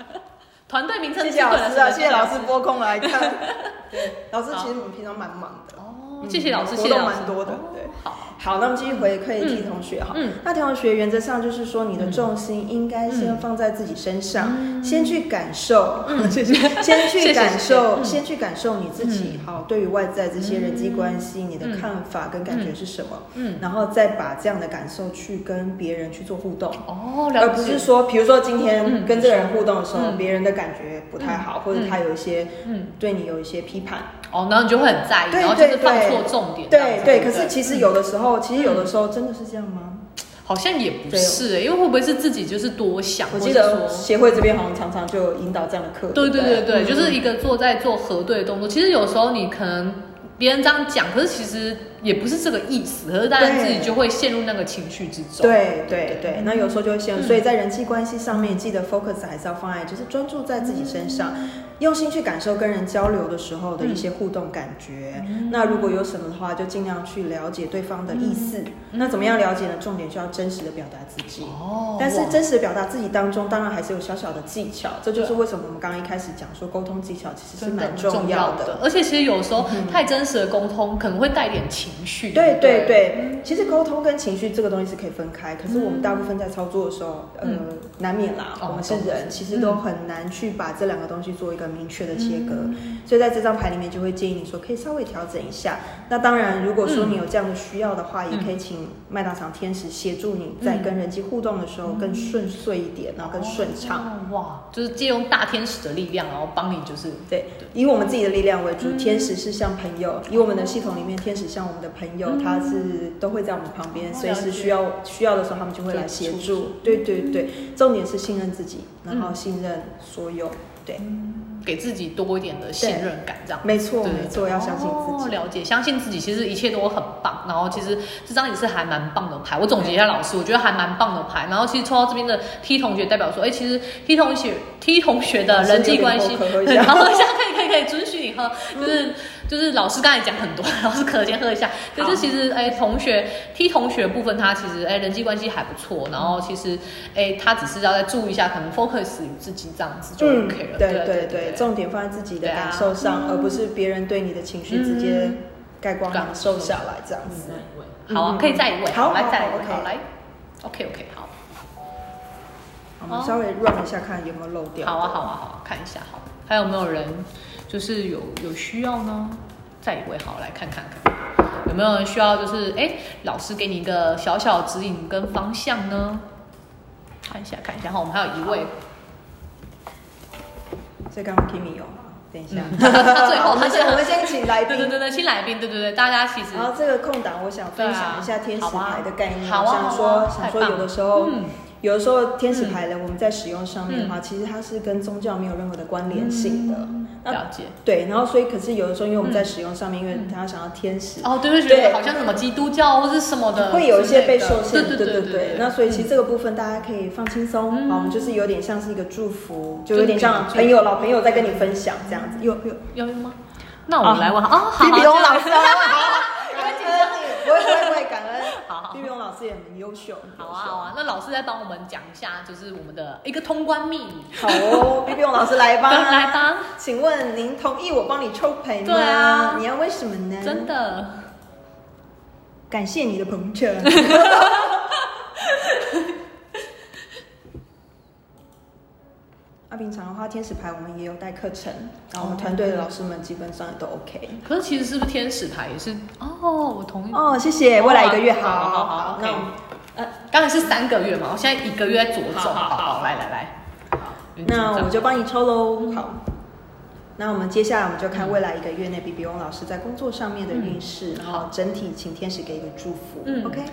Speaker 1: 团队名称
Speaker 2: 谢谢
Speaker 1: 记
Speaker 2: 老
Speaker 1: 对了
Speaker 2: 师啊，
Speaker 1: 是
Speaker 2: 谢
Speaker 1: 不是
Speaker 2: 谢老师拨空来 看。对，老师其实我们平常蛮忙的。
Speaker 1: 哦，
Speaker 2: 嗯
Speaker 1: 谢谢老师，
Speaker 2: 活
Speaker 1: 谢
Speaker 2: 动
Speaker 1: 谢老师，
Speaker 2: 蛮多的
Speaker 1: 哦
Speaker 2: 对
Speaker 1: 好，
Speaker 2: 好，那我们继续回馈 T 同学哈。
Speaker 1: 嗯
Speaker 2: 那 T 同学原则上就是说，你的重心应该先放在自己身上，
Speaker 1: 嗯
Speaker 2: 先去感受，嗯， 谢谢，先去感
Speaker 1: 嗯
Speaker 2: 受，先去感受你自己。好，对于外在这些人际关系，你的看法跟感觉是什么？
Speaker 1: 嗯，
Speaker 2: 然后再把这样的感受去跟别人去做互动。
Speaker 1: 哦，
Speaker 2: 而
Speaker 1: 了
Speaker 2: 不是
Speaker 1: 解，
Speaker 2: 说，比如说今天
Speaker 1: 嗯
Speaker 2: 跟这个人互动的时候，
Speaker 1: 嗯
Speaker 2: 别人的感觉不太好，或者他有一些
Speaker 1: 嗯，
Speaker 2: 对你有一些批判，
Speaker 1: 哦，然后你就会很在意，
Speaker 2: 对
Speaker 1: 然后就
Speaker 2: 对
Speaker 1: 是放
Speaker 2: 对
Speaker 1: 错重点这样
Speaker 2: 对
Speaker 1: 子，
Speaker 2: 对。
Speaker 1: 不
Speaker 2: 可是其实有的时候，其实有
Speaker 1: 嗯
Speaker 2: 的时候真的是这样吗？
Speaker 1: 好像也不是、欸，因为会不会是自己就是多想？
Speaker 2: 我记
Speaker 1: 或
Speaker 2: 得
Speaker 1: 者说
Speaker 2: 协会这边好像常常就引导这样的课，
Speaker 1: 对
Speaker 2: 对
Speaker 1: 对
Speaker 2: 不
Speaker 1: 对对，
Speaker 2: 嗯
Speaker 1: 就是一个做在做核对的动作。其实有时候你可能别人这样讲，可是其实也不是这个意思，可是当然
Speaker 2: 对
Speaker 1: 自己就会陷入那个情绪之中。
Speaker 2: 对对对，那有时候就会
Speaker 1: 嗯
Speaker 2: 陷入，所以在人际关系上面，记得 focus 还是要放在就是专注在自己身上，
Speaker 1: 嗯
Speaker 2: 用心去感受跟人交流的时候的一些互动感觉。
Speaker 1: 嗯
Speaker 2: 那如果有什么的话，就尽量去了解对方的意思。
Speaker 1: 嗯
Speaker 2: 那怎么样了解呢？重点就要真实的表达自己。
Speaker 1: 哦，
Speaker 2: 但是
Speaker 1: 哇
Speaker 2: 真实地表达自己当中，当然还是有小小的技巧，这就是为什么我们刚刚一开始讲说沟通技巧其实是
Speaker 1: 真的
Speaker 2: 蛮
Speaker 1: 很重要
Speaker 2: 的。嗯
Speaker 1: 的，而且其实有时候太真实的沟通可能会带点情绪。
Speaker 2: 对
Speaker 1: 不
Speaker 2: 对，对，其实沟通跟情绪这个东西是可以分开，可是我们大部分在操作的时候，呃
Speaker 1: 嗯，
Speaker 2: 难免啦，
Speaker 1: 哦
Speaker 2: 我们是
Speaker 1: 懂嗯
Speaker 2: 人，其实都很难去把这两个东西做一个明确的切割，所以在这张牌里面就会建议你说可以稍微调整一下。那当然，如果说
Speaker 1: 嗯
Speaker 2: 你有这样的需要的话，也可以请麦当场天使协助
Speaker 1: 嗯
Speaker 2: 你在跟人际互动的时候更顺遂一点，然后更顺畅。
Speaker 1: 哦哇，就是借用大天使的力量，然后帮你就是
Speaker 2: 对，以我们自己的力量为主，天使是像朋友，以我们的系统里面，天使像我们的朋友，他是都会在我们旁边，
Speaker 1: 嗯哦
Speaker 2: 随时
Speaker 1: 了解
Speaker 2: 需要需要的时候，他们就会来
Speaker 1: 对
Speaker 2: 协
Speaker 1: 出嗯
Speaker 2: 助。对对对，重点是信任自己，然后信任所有。对，
Speaker 1: 给自己多一点的信任感，这样。
Speaker 2: 没错
Speaker 1: 对
Speaker 2: 没错，要相信自
Speaker 1: 哦，
Speaker 2: 己。
Speaker 1: 了解，相信自己，其实一切都很棒。然后其实这张也是还蛮棒的牌，我总结一下，老师，我觉得还蛮棒的牌。然后其实抽到这边的 T 同学，代表说，哎，其实 T 同学 T 同学的人际关系，
Speaker 2: 老师有点口渴喝一下
Speaker 1: 然后喝一下可以可以可以准许你喝，就是就是老师刚才讲很多，老师可能先喝一下。可
Speaker 2: 好
Speaker 1: 是其实哎，同学 T 同学部分，他其实哎人际关系还不错，然后其实哎他只是要再注意一下，可能 focus 于自己这样子哦就 OK 了。
Speaker 2: 对
Speaker 1: 对
Speaker 2: 对对，重点放在自己的
Speaker 1: 对啊嗯
Speaker 2: 感受上，而不是别人对你的情绪直接盖光感受下来这样子。
Speaker 1: 好啊，可以再一位，
Speaker 2: 嗯好
Speaker 1: 来
Speaker 2: 好
Speaker 1: 再一
Speaker 2: 好
Speaker 1: 位，
Speaker 2: ，OK
Speaker 1: 好来，OK OK，好，
Speaker 2: 我们稍微 run 一下，看有没有漏掉。
Speaker 1: 好啊好啊好啊，看一下好，还有没有人就是有有需要呢？再一位，好来看看看，有没有人需要就是哎，老师给你一个小小指引跟方向呢？看一下看一下，好，我们还有一位，
Speaker 2: 所以刚刚 Kimi 有吗？等一下，
Speaker 1: 他嗯 最后
Speaker 2: 我们先
Speaker 1: 他最后
Speaker 2: 我们先请来
Speaker 1: 对对
Speaker 2: 宾。
Speaker 1: 对对，新来宾，对对对，大家其实
Speaker 2: 然后这个空档，我想分享一下天使牌的概念。
Speaker 1: 好啊好啊
Speaker 2: 想说、
Speaker 1: 好啊
Speaker 2: 想说，
Speaker 1: 太棒
Speaker 2: 有的时候，
Speaker 1: 嗯
Speaker 2: 有的时候天使牌呢，我们在使用上面的话，其实它是跟宗教没有任何的关联性的。
Speaker 1: 了解。
Speaker 2: 对，然后所以可是有的时候，因为我们在使用上面，因为他想要天使，
Speaker 1: 哦，对，就觉得
Speaker 2: 对
Speaker 1: 好像什么基督教或是什么的之类的，
Speaker 2: 会有一些被受限，
Speaker 1: 对
Speaker 2: 对
Speaker 1: 对嗯
Speaker 2: 对。那所以其实这个部分大家可以放轻松，啊、我们就是有点像是一个祝福，就有点像朋友、老朋友在跟你分享这样子，有有。
Speaker 1: 要用吗？那我来问哦，嗯好，
Speaker 2: 啊比比
Speaker 1: 好
Speaker 2: 东老，
Speaker 1: 这
Speaker 2: 师，
Speaker 1: 样
Speaker 2: 感恩你，不会不会不会，感恩。
Speaker 1: 好好
Speaker 2: 比比东老师也很优秀，很优秀
Speaker 1: 好啊好啊，那老师再帮我们讲一下，就是我们的一个通关密语，
Speaker 2: 好哦，比比东老师来吧，
Speaker 1: 来吧，
Speaker 2: 请问您同意我帮你抽牌吗？
Speaker 1: 对啊
Speaker 2: 你要为什么呢？
Speaker 1: 真的，
Speaker 2: 感谢你的捧 场。啊，平常的话，天使牌我们也有带课程，然后
Speaker 1: 哦
Speaker 2: 我们团队的老师们基本上也都 OK。
Speaker 1: 可是其实是不是天使牌也是？哦，我同意。
Speaker 2: 哦，谢谢，未来一个月好，
Speaker 1: 好好好，OK
Speaker 2: 那我们
Speaker 1: 刚才是三个月嘛，我现在一个月在着重。
Speaker 3: 好好好
Speaker 1: 来来来，嗯好嗯
Speaker 2: 那我就帮你抽喽。好，那我们接下来我们就看未来一个月内 B B 翁老师在工作上面的运势，然后整体请天使给一个祝福。
Speaker 1: 嗯
Speaker 2: o k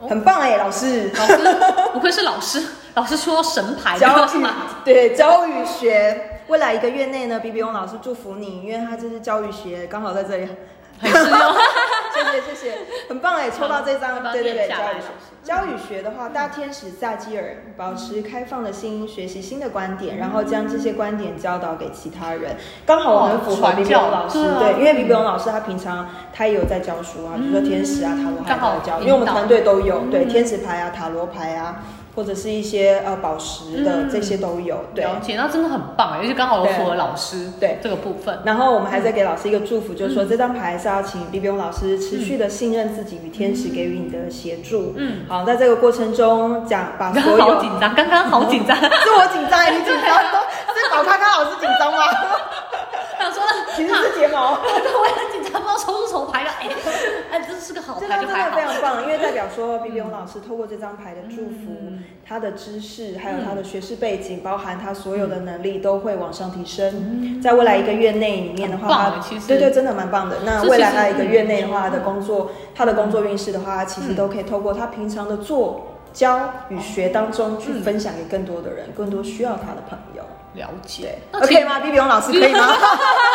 Speaker 1: 哦
Speaker 2: 很棒哎、老师，
Speaker 1: 老师，不愧是老师，老师说神牌
Speaker 2: 教
Speaker 1: 是
Speaker 2: 育
Speaker 1: 吗？
Speaker 2: 对教育学，未来一个月内呢，B B 翁老师祝福你，因为他这是教育学，刚好在这里，
Speaker 1: 很实用。
Speaker 2: 谢谢谢谢，很棒哎，抽到这张，
Speaker 1: 好
Speaker 2: 对对
Speaker 1: 帮你念
Speaker 2: 对，教
Speaker 1: 下来嗯
Speaker 2: 育学。教育学的话，大天使撒基尔保持开放的心，学习新的观点，然后将这些观点教导给其他人。刚好我们符合
Speaker 1: 哇传
Speaker 2: 比比
Speaker 1: 教
Speaker 2: 翁老师，
Speaker 1: 对啊
Speaker 2: 对，因为比比翁老师他平常他也有在教书啊，比如说天使啊、塔罗牌
Speaker 1: 嗯刚好嗯
Speaker 2: 都在教，
Speaker 1: 引导
Speaker 2: 因为我们团队都有，对，天使牌啊、塔罗牌啊，或者是一些呃宝石的
Speaker 1: 嗯
Speaker 2: 这些都有， 对。
Speaker 1: 了解，那真的很棒哎，而且刚好有符合
Speaker 2: 对
Speaker 1: 老师
Speaker 2: 对
Speaker 1: 这个部分。
Speaker 2: 然后我们还在给老师一个祝福，就
Speaker 1: 嗯
Speaker 2: 是说这张牌是要请 B B 翁老师持续的信任自己与天使给予你的协助。
Speaker 1: 嗯，
Speaker 2: 好，在这个过程中讲把
Speaker 1: 刚
Speaker 2: 所
Speaker 1: 刚 好
Speaker 2: 有，
Speaker 1: 紧张，刚刚好 紧张。
Speaker 2: 是我紧张，你紧张，是宝咖咖老师紧张吗？
Speaker 1: 想说，
Speaker 2: 其实是睫毛。
Speaker 1: 我也很紧张，不知道抽出什么牌了。哎，哎，这是个好
Speaker 2: 这
Speaker 1: 牌
Speaker 2: 张
Speaker 1: 就
Speaker 2: 真
Speaker 1: 还
Speaker 2: 的非
Speaker 1: 好。嗯
Speaker 2: 常棒，因为代表说 B B 翁老师透过这张牌的祝福，他的知识还有他的
Speaker 1: 嗯
Speaker 2: 学识背景，包含他所有的能力都会往上提升。在未来一个月内里面的
Speaker 1: 嗯很棒欸
Speaker 2: 话，
Speaker 1: 其实
Speaker 2: 他对对，真的蛮棒的。那
Speaker 1: 这其实
Speaker 2: 未来他一个月内的话，他的工作，
Speaker 1: 嗯
Speaker 2: 他的工作运势的话，其实都可以透过他平常的做。教与学当中
Speaker 1: 嗯
Speaker 2: 去分享给更多的人，更多需要他的朋友。
Speaker 1: 了解那
Speaker 2: 对。
Speaker 1: 请
Speaker 2: ，OK 吗？B B 翁老师可以吗？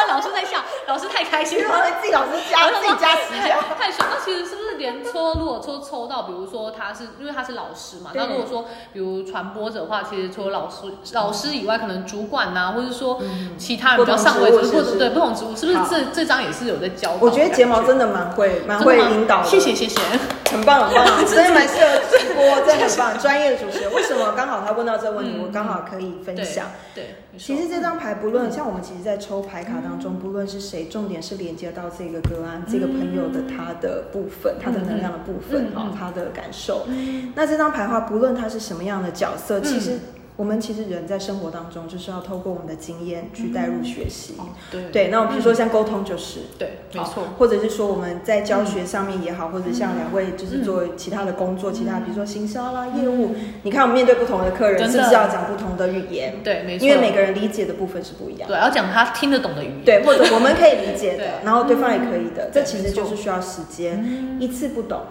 Speaker 1: 老师在笑，老师太开心
Speaker 2: 然
Speaker 1: 了。哎
Speaker 2: 后自己老师 加自己加 十加。
Speaker 1: 太爽！那其实是不是连抽，如果说抽到，比如说他是因为他是老师嘛，
Speaker 2: 对
Speaker 1: 那如果说比如传播者的话，其实除了老师老师以外，可能主管呐、或者说
Speaker 2: 嗯
Speaker 1: 其他人比较上位，
Speaker 2: 不
Speaker 1: 或
Speaker 2: 同职务是
Speaker 1: 者
Speaker 2: 不是
Speaker 1: 对不同职务，是不是
Speaker 2: 好
Speaker 1: 这这张也是有在教导的
Speaker 2: 我
Speaker 1: 感？
Speaker 2: 觉得睫毛真的蛮会，蛮会
Speaker 1: 真的吗
Speaker 2: 引导的。
Speaker 1: 谢谢谢谢。
Speaker 2: 很棒很 棒，真的蛮适合直播，真的很棒，专业的主持人。为什么刚好他问到这个问题，
Speaker 1: 嗯
Speaker 2: 我刚好可以分
Speaker 1: 对
Speaker 2: 享。
Speaker 1: 对，你说
Speaker 2: 其实这张牌不论像我们其实，在抽牌卡当中，不论是谁，重点是连接到这个个案、这个朋友的他的部分、他的能量的部分
Speaker 1: 嗯
Speaker 2: 哈
Speaker 1: 嗯，
Speaker 2: 他的感受。那这张牌的话，不论他是什么样的角色，
Speaker 1: 嗯
Speaker 2: 其实我们其实人在生活当中，就是要透过我们的经验去带入学习。
Speaker 1: 哦对
Speaker 2: 对，那我们比如说像沟通就是，
Speaker 1: 对，没错
Speaker 2: 哦好，或者是说我们在教学上面也好，或者像两位就是做其他的工作，其他比如说行销啦、业务，你看我们面对不同的客
Speaker 1: 嗯
Speaker 2: 人，
Speaker 1: 真的
Speaker 2: 是不是要讲不同的语言？
Speaker 1: 对没错，
Speaker 2: 因为每个人理解的部分是不一样。
Speaker 1: 对要讲他听得懂的语言，
Speaker 2: 对，或者我们可以理解
Speaker 1: 对嗯
Speaker 2: 的，然后对方也可以的，这
Speaker 1: 对
Speaker 2: 其
Speaker 1: 没
Speaker 2: 实
Speaker 1: 错
Speaker 2: 就是需要时间，一次不懂。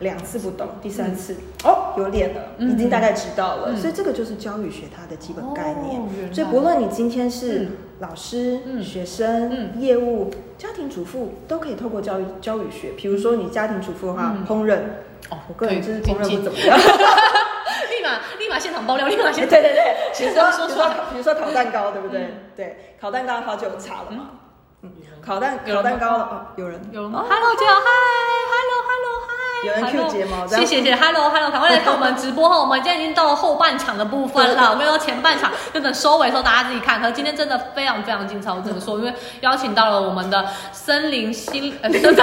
Speaker 2: 两次不懂，第三次、哦有脸了，
Speaker 1: 嗯
Speaker 2: 已经大概知道了，
Speaker 1: 嗯
Speaker 2: 所以这个就是教育学它的基本概念。
Speaker 1: 哦原来
Speaker 2: 所以不论你今天是
Speaker 1: 嗯
Speaker 2: 老师、
Speaker 1: 嗯
Speaker 2: 学生、
Speaker 1: 嗯
Speaker 2: 业务、家庭主妇，都可以透过教育教育学。比如说你家庭主妇的话，烹饪，
Speaker 1: 哦，
Speaker 2: 我个人就是
Speaker 1: 对
Speaker 2: 烹饪
Speaker 1: 经济
Speaker 2: 不怎么样。
Speaker 1: 立马 立马现场爆料，立马
Speaker 2: 对
Speaker 1: 现场
Speaker 2: 对对，比如说
Speaker 1: 说
Speaker 2: 比如
Speaker 1: 出
Speaker 2: 说
Speaker 1: 来
Speaker 2: 比如说烤蛋糕，对不对？对，烤蛋糕的话就有差了嘛。嗯，烤蛋
Speaker 1: 有人吗
Speaker 2: 烤蛋糕哦，有人
Speaker 1: 有吗？Hello，姐好，嗨，Hello Hello 嗨，
Speaker 2: 有人
Speaker 1: Hello
Speaker 2: cue 睫毛这
Speaker 1: 谢
Speaker 2: 样
Speaker 1: 谢谢，Hello Hello，赶快来看我们直播哈，我们现在已经到了后半场的部分 了，没有前半场，就等收尾的时候大家自己看。可是今天真的非常非常精彩，我只能说，因为邀请到了我们的森林 心，呃，森林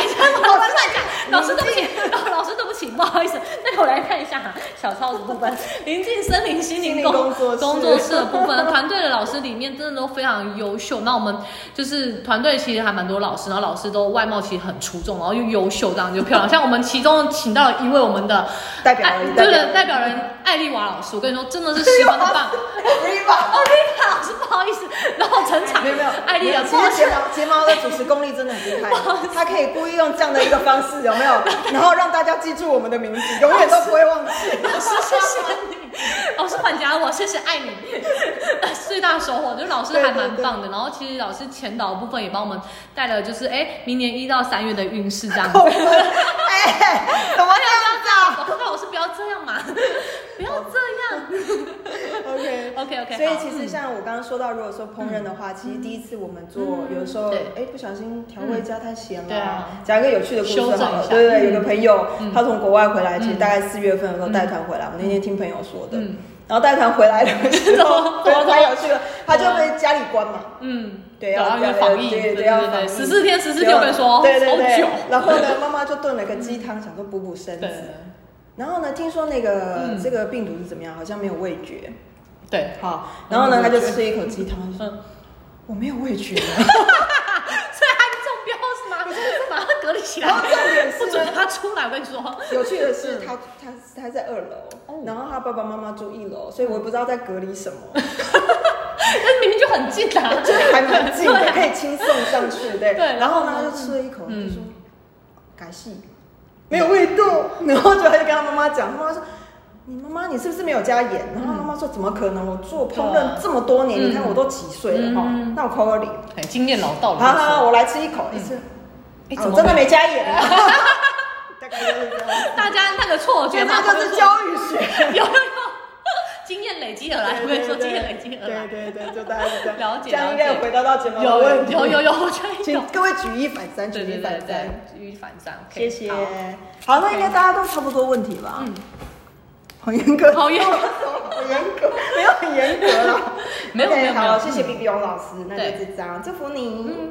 Speaker 1: 老师对不起，老老师对不起，不好意思，那我来看一下 小抄的部分，临近森林心
Speaker 2: 心
Speaker 1: 灵
Speaker 2: 灵
Speaker 1: 工
Speaker 2: 工作室
Speaker 1: 工作室的部分，团队的老师里面真的都非常优秀。那我们就是团队其实还蛮多老师，然后老师都外貌其实很出众，然后又优秀，这样就漂亮。像我们其中请到了一位我们 的
Speaker 2: 代表
Speaker 1: 哎
Speaker 2: 人
Speaker 1: 对
Speaker 2: 代表
Speaker 1: 的
Speaker 2: 人
Speaker 1: 代表人艾丽娃老师，我跟你说，真的是十分 的棒。
Speaker 2: Riva，
Speaker 1: 哦，丽娃老师，不好意思，然后整场
Speaker 2: 没有没有，
Speaker 1: 艾丽老
Speaker 2: 其实睫毛睫毛的主持功力真的很厉害，他可以故意用这样的一个方式，有没有？然后让大家记住我们的名字，永远都不会忘记。
Speaker 1: 老师，谢谢你，老师管家我，谢谢 爱你，最大收获就是老师还蛮棒的。然后其实老师前导的部分也帮我们带了，就是哎，明年一到三月的运势这样子。
Speaker 2: 扣分， 哎，怎么这样子啊
Speaker 1: 我看老师不要这样嘛，不要这样。
Speaker 2: 啊？OK。
Speaker 1: OK OK，
Speaker 2: 所以其实像我刚刚说到，如果说烹饪的话，其实第一次我们做，
Speaker 1: 嗯
Speaker 2: 有的时候
Speaker 1: 对
Speaker 2: 哎不小心调味加太咸
Speaker 1: 对
Speaker 2: 了
Speaker 1: 啊
Speaker 2: 啊。讲一个有趣的故事
Speaker 1: 修正
Speaker 2: 好
Speaker 1: 一
Speaker 2: 了，
Speaker 1: 下
Speaker 2: 对对，
Speaker 1: 嗯
Speaker 2: 有个朋友他从国外回来，其实
Speaker 1: 嗯
Speaker 2: 大概四月份的时候带团回来，我那天听朋友说的
Speaker 1: 嗯。
Speaker 2: 然后带团回来的时候，
Speaker 1: 怎
Speaker 2: 对
Speaker 1: 么，
Speaker 2: 太有趣了，他就
Speaker 1: 怎么
Speaker 2: 被家里关嘛。
Speaker 1: 嗯，
Speaker 2: 对，
Speaker 1: 然后
Speaker 2: 要
Speaker 1: 因为防疫，
Speaker 2: 对
Speaker 1: 对
Speaker 2: 对
Speaker 1: 对
Speaker 2: 要
Speaker 1: 对
Speaker 2: 防
Speaker 1: 对，
Speaker 2: 疫
Speaker 1: 十四天十四天，我跟你说，
Speaker 2: 对对对
Speaker 1: 好久。。
Speaker 2: 然后呢，妈妈就炖了个鸡汤，想说补补身子
Speaker 1: 对。
Speaker 2: 然后呢，听说那个、
Speaker 1: 嗯
Speaker 2: 这个病毒是怎么样，好像没有味觉。
Speaker 1: 对，
Speaker 2: 好，然后
Speaker 1: 没
Speaker 2: 呢，他
Speaker 1: 有味
Speaker 2: 就
Speaker 1: 觉
Speaker 2: 吃一口鸡汤，说
Speaker 1: 嗯，
Speaker 2: 我没有味觉。啊
Speaker 1: 所以还中标是吗？把它隔离起来
Speaker 2: 然后，重点是
Speaker 1: 不
Speaker 2: 呢
Speaker 1: 准他出来。我跟你说，
Speaker 2: 有趣的是，
Speaker 1: 嗯
Speaker 2: 他他他在二楼，
Speaker 1: 哦
Speaker 2: 然后他爸爸妈妈住一楼，所以我也不知道在隔离什么，
Speaker 1: 那明明就很近 啊，
Speaker 2: 就是还蛮近
Speaker 1: 对
Speaker 2: 的，
Speaker 1: 啊
Speaker 2: 可以轻松上去。对，
Speaker 1: 对
Speaker 2: 然
Speaker 1: 然后
Speaker 2: 后呢，他
Speaker 1: 呢
Speaker 2: 就吃了一口，
Speaker 1: 嗯
Speaker 2: 就说改戏，没有味道。 然后就他就跟他妈妈讲，妈妈说。你妈妈，你是不是没有加盐？然后他妈妈说：“怎么可能？我做烹
Speaker 1: 对啊
Speaker 2: 饪这么多年，
Speaker 1: 嗯
Speaker 2: 你看我都几岁了哈、
Speaker 1: 嗯
Speaker 2: 那我口口里，
Speaker 1: 很经验老道了。
Speaker 2: 好好好，我来吃一口，一吃，
Speaker 1: 嗯哎，
Speaker 2: 啊
Speaker 1: 怎
Speaker 2: 我
Speaker 1: 么
Speaker 2: 真的没 加盐。大概就是这样。
Speaker 1: 大家那个错
Speaker 2: 所以
Speaker 1: 觉嘛，
Speaker 2: 这就是教育学。
Speaker 1: 有有有经验累积而来。我跟你说，经验累积而来，
Speaker 2: 对对对，就大概是这样。
Speaker 1: 了解
Speaker 2: 这样应该
Speaker 1: 了解
Speaker 2: 回答到睫毛的
Speaker 1: 有
Speaker 2: 问题。
Speaker 1: 有有有，我觉得
Speaker 2: 请
Speaker 1: 有。
Speaker 2: 各位举一反三，举
Speaker 1: 对对
Speaker 2: 一
Speaker 1: 对
Speaker 2: 反
Speaker 1: 对
Speaker 2: 三。，
Speaker 1: 举一反三，
Speaker 2: 谢谢。
Speaker 1: 好
Speaker 2: 好，那应该大家都差不多问题吧？
Speaker 1: 嗯，
Speaker 2: 好严格，
Speaker 1: 好严格
Speaker 2: 好严格，没有很严格啦。
Speaker 1: 没有
Speaker 2: OK，
Speaker 1: 没有没有
Speaker 2: 好，谢谢 B B 王老师，那
Speaker 1: 对
Speaker 2: 就这张，祝福你。
Speaker 1: 嗯。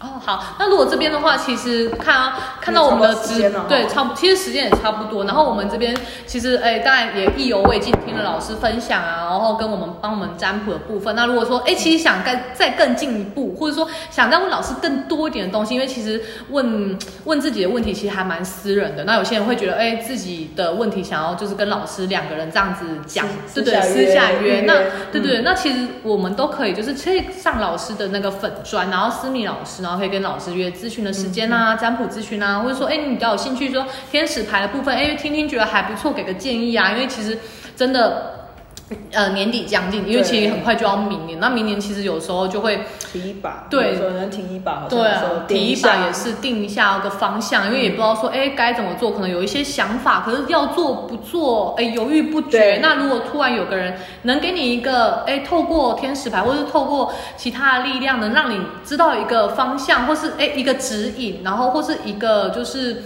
Speaker 1: 哦，好，那如果这边的话，其实看啊，看到我们的
Speaker 2: 差不多时
Speaker 1: 直
Speaker 2: 间了哦
Speaker 1: 对，差不，其实时间也差不多。然后我们这边其实，哎，当然也意犹未尽，听了老师分享啊，然后跟我们帮我们占卜的部分。那如果说，哎，其实想更再更进一步，或者说想再问老师更多一点的东西，因为其实问问自己的问题其实还蛮私人的。那有些人会觉得，哎，自己的问题想要就是跟老师两个人这样子讲，
Speaker 2: 私
Speaker 1: 对对，
Speaker 2: 私下
Speaker 1: 私下
Speaker 2: 约嗯
Speaker 1: 约。
Speaker 2: 预
Speaker 1: 那
Speaker 2: 约
Speaker 1: 对对，那其实我们都可以，就是可以上老师的那个粉砖，然后私密老师，然后可以跟老师约咨询的时间
Speaker 2: 嗯
Speaker 1: 啊、占卜咨询啊，或者说，哎，你比较有兴趣说天使牌的部分，哎，听听觉得还不错，给个建议啊，因为其实真的。呃，年底将近，因为
Speaker 2: 对
Speaker 1: 其实很快就要明年，那明年其实有时候就会
Speaker 2: 提一把，
Speaker 1: 对
Speaker 2: 有时候人提一把，好像
Speaker 1: 对
Speaker 2: 有时
Speaker 1: 啊
Speaker 2: 候，点
Speaker 1: 提一
Speaker 2: 下
Speaker 1: 把也。是定一下个方向，因为也不知道说，哎，该怎么做，可能有一些想法，可是要做不做，哎，犹豫不决
Speaker 2: 对。
Speaker 1: 那如果突然有个人能给你一个，哎，透过天使牌，或是透过其他的力量，能让你知道一个方向，或是哎一个指引，然后或是一个就是。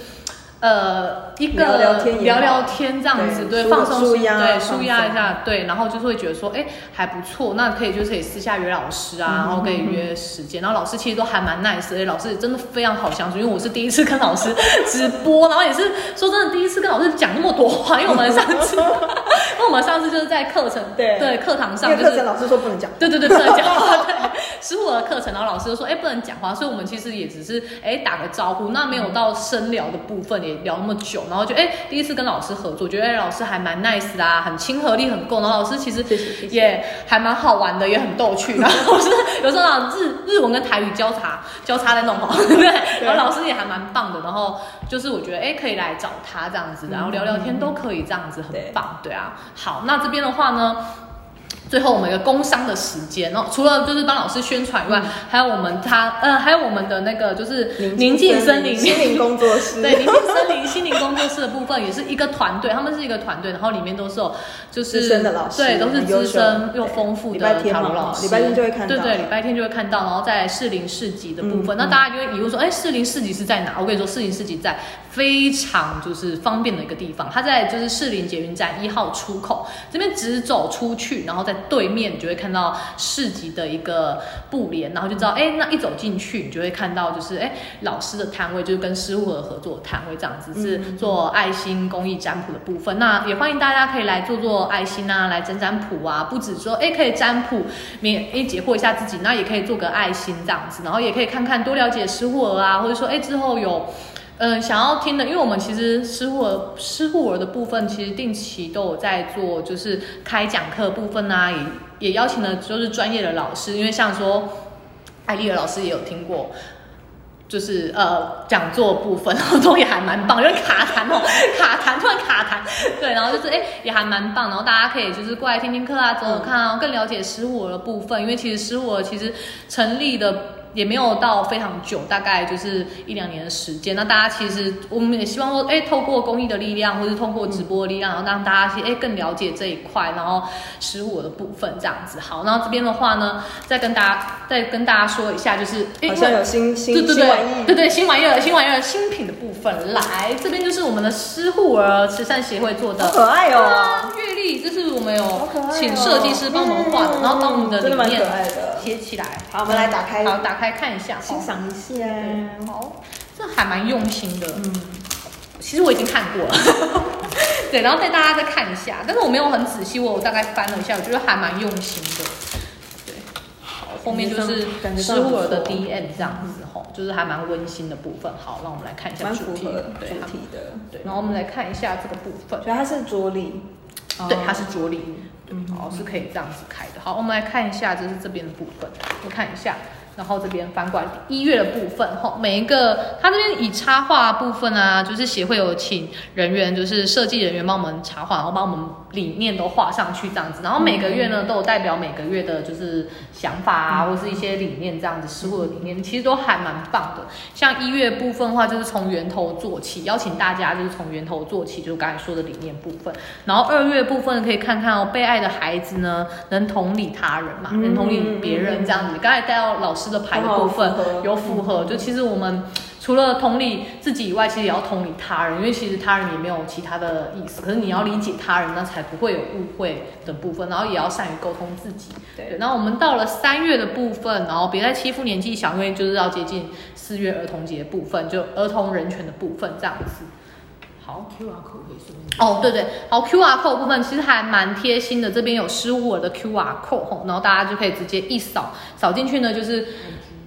Speaker 1: 呃，一个
Speaker 2: 聊聊天也好
Speaker 1: 聊聊天这样子，对，
Speaker 2: 对
Speaker 1: 放松
Speaker 2: 舒
Speaker 1: 心，
Speaker 2: 压
Speaker 1: 对，
Speaker 2: 放松
Speaker 1: 舒压一下，对，然后就是会觉得说，哎，还不错，那可以就是可以私下约老师
Speaker 2: 嗯
Speaker 1: 啊，然后可以约时间，然后老师其实都还蛮 nice 的，老师也真的非常好相处，因为我是第一次跟老师 直播，然后也是说真的第一次跟老师讲那么多话，因为我们上 次，因为我们上次就是在课程
Speaker 2: 对
Speaker 1: 对课堂
Speaker 2: 因
Speaker 1: 上
Speaker 2: 为
Speaker 1: 就
Speaker 2: 课
Speaker 1: 是
Speaker 2: 程老师说不能讲，
Speaker 1: 对对对，不能讲 话。对，十五的课程，然后老师就说，哎，不能讲话，所以我们其实也只是哎打个招呼，那没有到深聊的部分，也聊那么久，然后就哎第一次跟老师合作，觉得哎老师还蛮 nice 的啊，很亲和力很够，然后老师其实
Speaker 2: 谢谢谢谢
Speaker 1: 也还蛮好玩的，也很逗趣，然后 是有时候那种日日文跟台语交叉交叉在弄好， 对，
Speaker 2: 对
Speaker 1: 然后老师也还蛮棒的，然后就是我觉得哎可以来找他这样子，然后聊聊天都可以这样子，很
Speaker 2: 对
Speaker 1: 棒，对啊，好，那这边的话呢。最后我们有个工商的时间哦，除了就是帮老师宣传以外，还有我们他呃，还有我们的那个就是宁静森林。
Speaker 2: 心灵工作室，
Speaker 1: 对，宁静森林心灵工作室的部分也是一个团队，他们是一个团队，然后里面都是有就是
Speaker 2: 资深的老师
Speaker 1: 对，都是
Speaker 2: 很优
Speaker 1: 资
Speaker 2: 秀
Speaker 1: 深又
Speaker 2: 对
Speaker 1: 丰富
Speaker 2: 礼拜
Speaker 1: 的
Speaker 2: 天
Speaker 1: 塔罗
Speaker 2: 嘛
Speaker 1: 老师，
Speaker 2: 礼拜天就会看
Speaker 1: 对
Speaker 2: 到
Speaker 1: 对，礼拜天就会看到，然后在士林市集的部分，
Speaker 2: 嗯
Speaker 1: 那大家就会疑问说，哎，士林市集是在哪？我跟你说，士林市集在非常就是方便的一个地方，它在就是士林捷运站一号出口这边直走出去，然后在对面你就会看到市集的一个布帘，然后就知道，哎，那一走进去你就会看到就是哎老师的摊位，就是跟师傅的合作的摊位这样子，是做爱心公益占卜的部分。那也欢迎大家可以来做做爱心啊，来占占卜啊，不止说哎可以占卜，免哎解惑一下自己，那也可以做个爱心这样子，然后也可以看看多了解师傅儿啊，或者说哎之后有。呃，想要听的，因为我们其实失护儿失护儿的部分，其实定期都有在做，就是开讲课部分啊，也也邀请了就是专业的老师，因为像说艾丽儿老师也有听过。就是呃讲座部分， 然后都也还蛮棒，因为卡痰哦， 卡痰突然卡痰，对，然后就是哎、也还蛮棒，然后大家可以就是过来听听课啊，走走看啊，更了解失火的部分，因为其实失火其实成立的。也没有到非常久，大概就是一两年的时间。那大家其实我们也希望说，哎、透过公益的力量，或是透过直播的力量，然后让大家其实哎、更了解这一块，然后失火的部分这样子。好，那这边的话呢，再跟大家再跟大家说一下，就是哎因
Speaker 2: 好
Speaker 1: 为
Speaker 2: 像有新新
Speaker 1: 对对
Speaker 2: 新
Speaker 1: 对
Speaker 2: 玩意，
Speaker 1: 对对新玩意儿新玩意儿新品的部分，来这边就是我们的失护儿慈善协会做
Speaker 2: 好
Speaker 1: 的。
Speaker 2: 可爱
Speaker 1: 对
Speaker 2: 哦，
Speaker 1: 啊，月历，这是我们
Speaker 2: 好
Speaker 1: 有
Speaker 2: 可爱哦
Speaker 1: 请设计师帮我们画的，
Speaker 2: 嗯
Speaker 1: 然后到我们
Speaker 2: 真
Speaker 1: 里
Speaker 2: 的蛮可
Speaker 1: 面
Speaker 2: 爱的。
Speaker 1: 贴起来。
Speaker 2: 好我们来打开
Speaker 1: 好，打开看一下，
Speaker 2: 欣赏一下，
Speaker 1: 哦。好，这还蛮用心的。嗯，其实我已经看过了。 对，然后再大家再看一下，但是我没有很仔细，我有大概翻了一下，我觉得还蛮用心的。对，好，后面就是
Speaker 2: 感觉上
Speaker 1: 失误儿的
Speaker 2: 感觉上不错
Speaker 1: DM 这样子吼，就是还蛮温馨的部分。好，让我们来看一下
Speaker 2: 蛮
Speaker 1: 主
Speaker 2: 符
Speaker 1: 题
Speaker 2: 合，
Speaker 1: 对，
Speaker 2: 主
Speaker 1: 还
Speaker 2: 题的。
Speaker 1: 对，然后我们来看一下这个部分。
Speaker 2: 所以它是着力，
Speaker 1: 对
Speaker 2: 哦，
Speaker 1: 它是着力，嗯，好是可以这样子开的。好，我们来看一下，这是这边的部分，我看一下，然后这边翻过来一月的部分，哈，每一个它这边以插画部分啊，就是协会有请人员，就是设计人员帮我们插画，然后帮我们理念都画上去这样子，然后每个月呢都有代表每个月的就是想法啊，或是一些理念这样子，失误的理念，其实都还蛮棒的。像一月部分的话，就是从源头做起，邀请大家就是从源头做起，就是刚才说的理念部分。然后二月部分可以看看哦，被爱的孩子呢，能同理他人嘛，
Speaker 2: 嗯
Speaker 1: 能同理别人这样子。刚才带到老师的牌的部分
Speaker 2: 刚好符合嗯
Speaker 1: 有符合，就其实我们。除了同理自己以外，其实也要同理他人，因为其实他人也没有其他的意思，可是你要理解他人，那才不会有误会的部分，然后也要善于沟通自己。对，
Speaker 2: 对，
Speaker 1: 然后我们到了三月的部分，然后别再欺负年纪小，因为就是要接近四月儿童节的部分，就儿童人权的部分这样子。好，
Speaker 3: QR code 可以顺便。
Speaker 1: 哦，对对，好，QR code 部分其实还蛮贴心的，这边有失误的 QR code 吼，然后大家就可以直接一扫，扫进去呢就是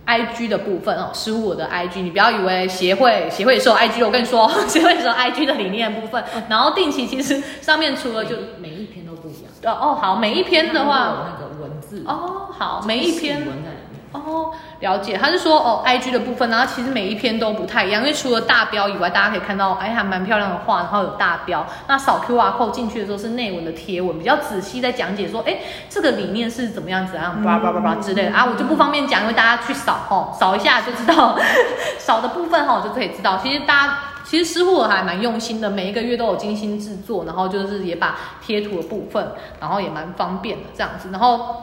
Speaker 1: IG 的部分哦，失误的 IG，你不要以为协会协会也是有 IG 的，我跟你说， 协会也是有 IG 的理念部分，然后定期其实上面除了就
Speaker 3: 每一篇都不一样。
Speaker 1: 呃哦好，每一篇的话
Speaker 3: 它会有那个文字，
Speaker 1: 哦好，每一篇
Speaker 3: 文在里面。
Speaker 1: 哦，了解，他是说哦，IG 的部分，然后其实每一篇都不太一样，因为除了大标以外，大家可以看到，哎，还蛮漂亮的画，然后有大标。那扫 QR code 进去的时候是内文的贴文，比较仔细在讲解说，哎，这个理念是怎么样怎么样，叭叭叭叭之类的啊，我就不方便讲，因为大家去扫哦，扫一下就知道， 扫的部分哈、哦、就可以知道，其实大家。其实师傅还蛮用心的，每一个月都有精心制作，然后就是也把贴图的部分，然后也蛮方便的这样子。然后，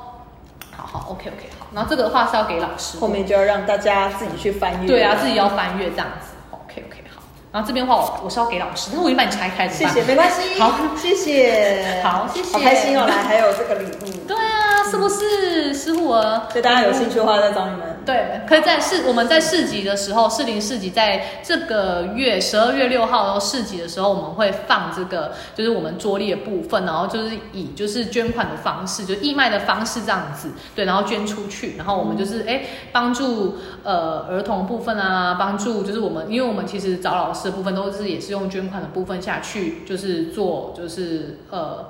Speaker 1: 好好，OK OK，好。然后这个的话是要给老师的，
Speaker 2: 后面就要让大家自己去翻阅。
Speaker 1: 对啊，自己要翻阅这样子。OK OK 好，然后这边的话我我是要给老师，那我已经把你拆开了，
Speaker 2: 谢谢，没关系，
Speaker 1: 好，
Speaker 2: 谢谢，
Speaker 1: 好谢谢
Speaker 2: 好开心哦，来还有这个礼物，
Speaker 1: 对啊，是不是师傅啊儿？
Speaker 2: 所以大家有兴趣的话再找你们。
Speaker 1: 对，可以在市我们在市集的时候，士林市集在这个月十二月六号然后市集的时候，我们会放这个就是我们桌历的部分，然后就是以就是捐款的方式，就义卖的方式这样子，对，然后捐出去，然后我们就是哎帮助呃儿童部分啊，帮助就是我们，因为我们其实找老师的部分都是也是用捐款的部分下去，就是做就是呃。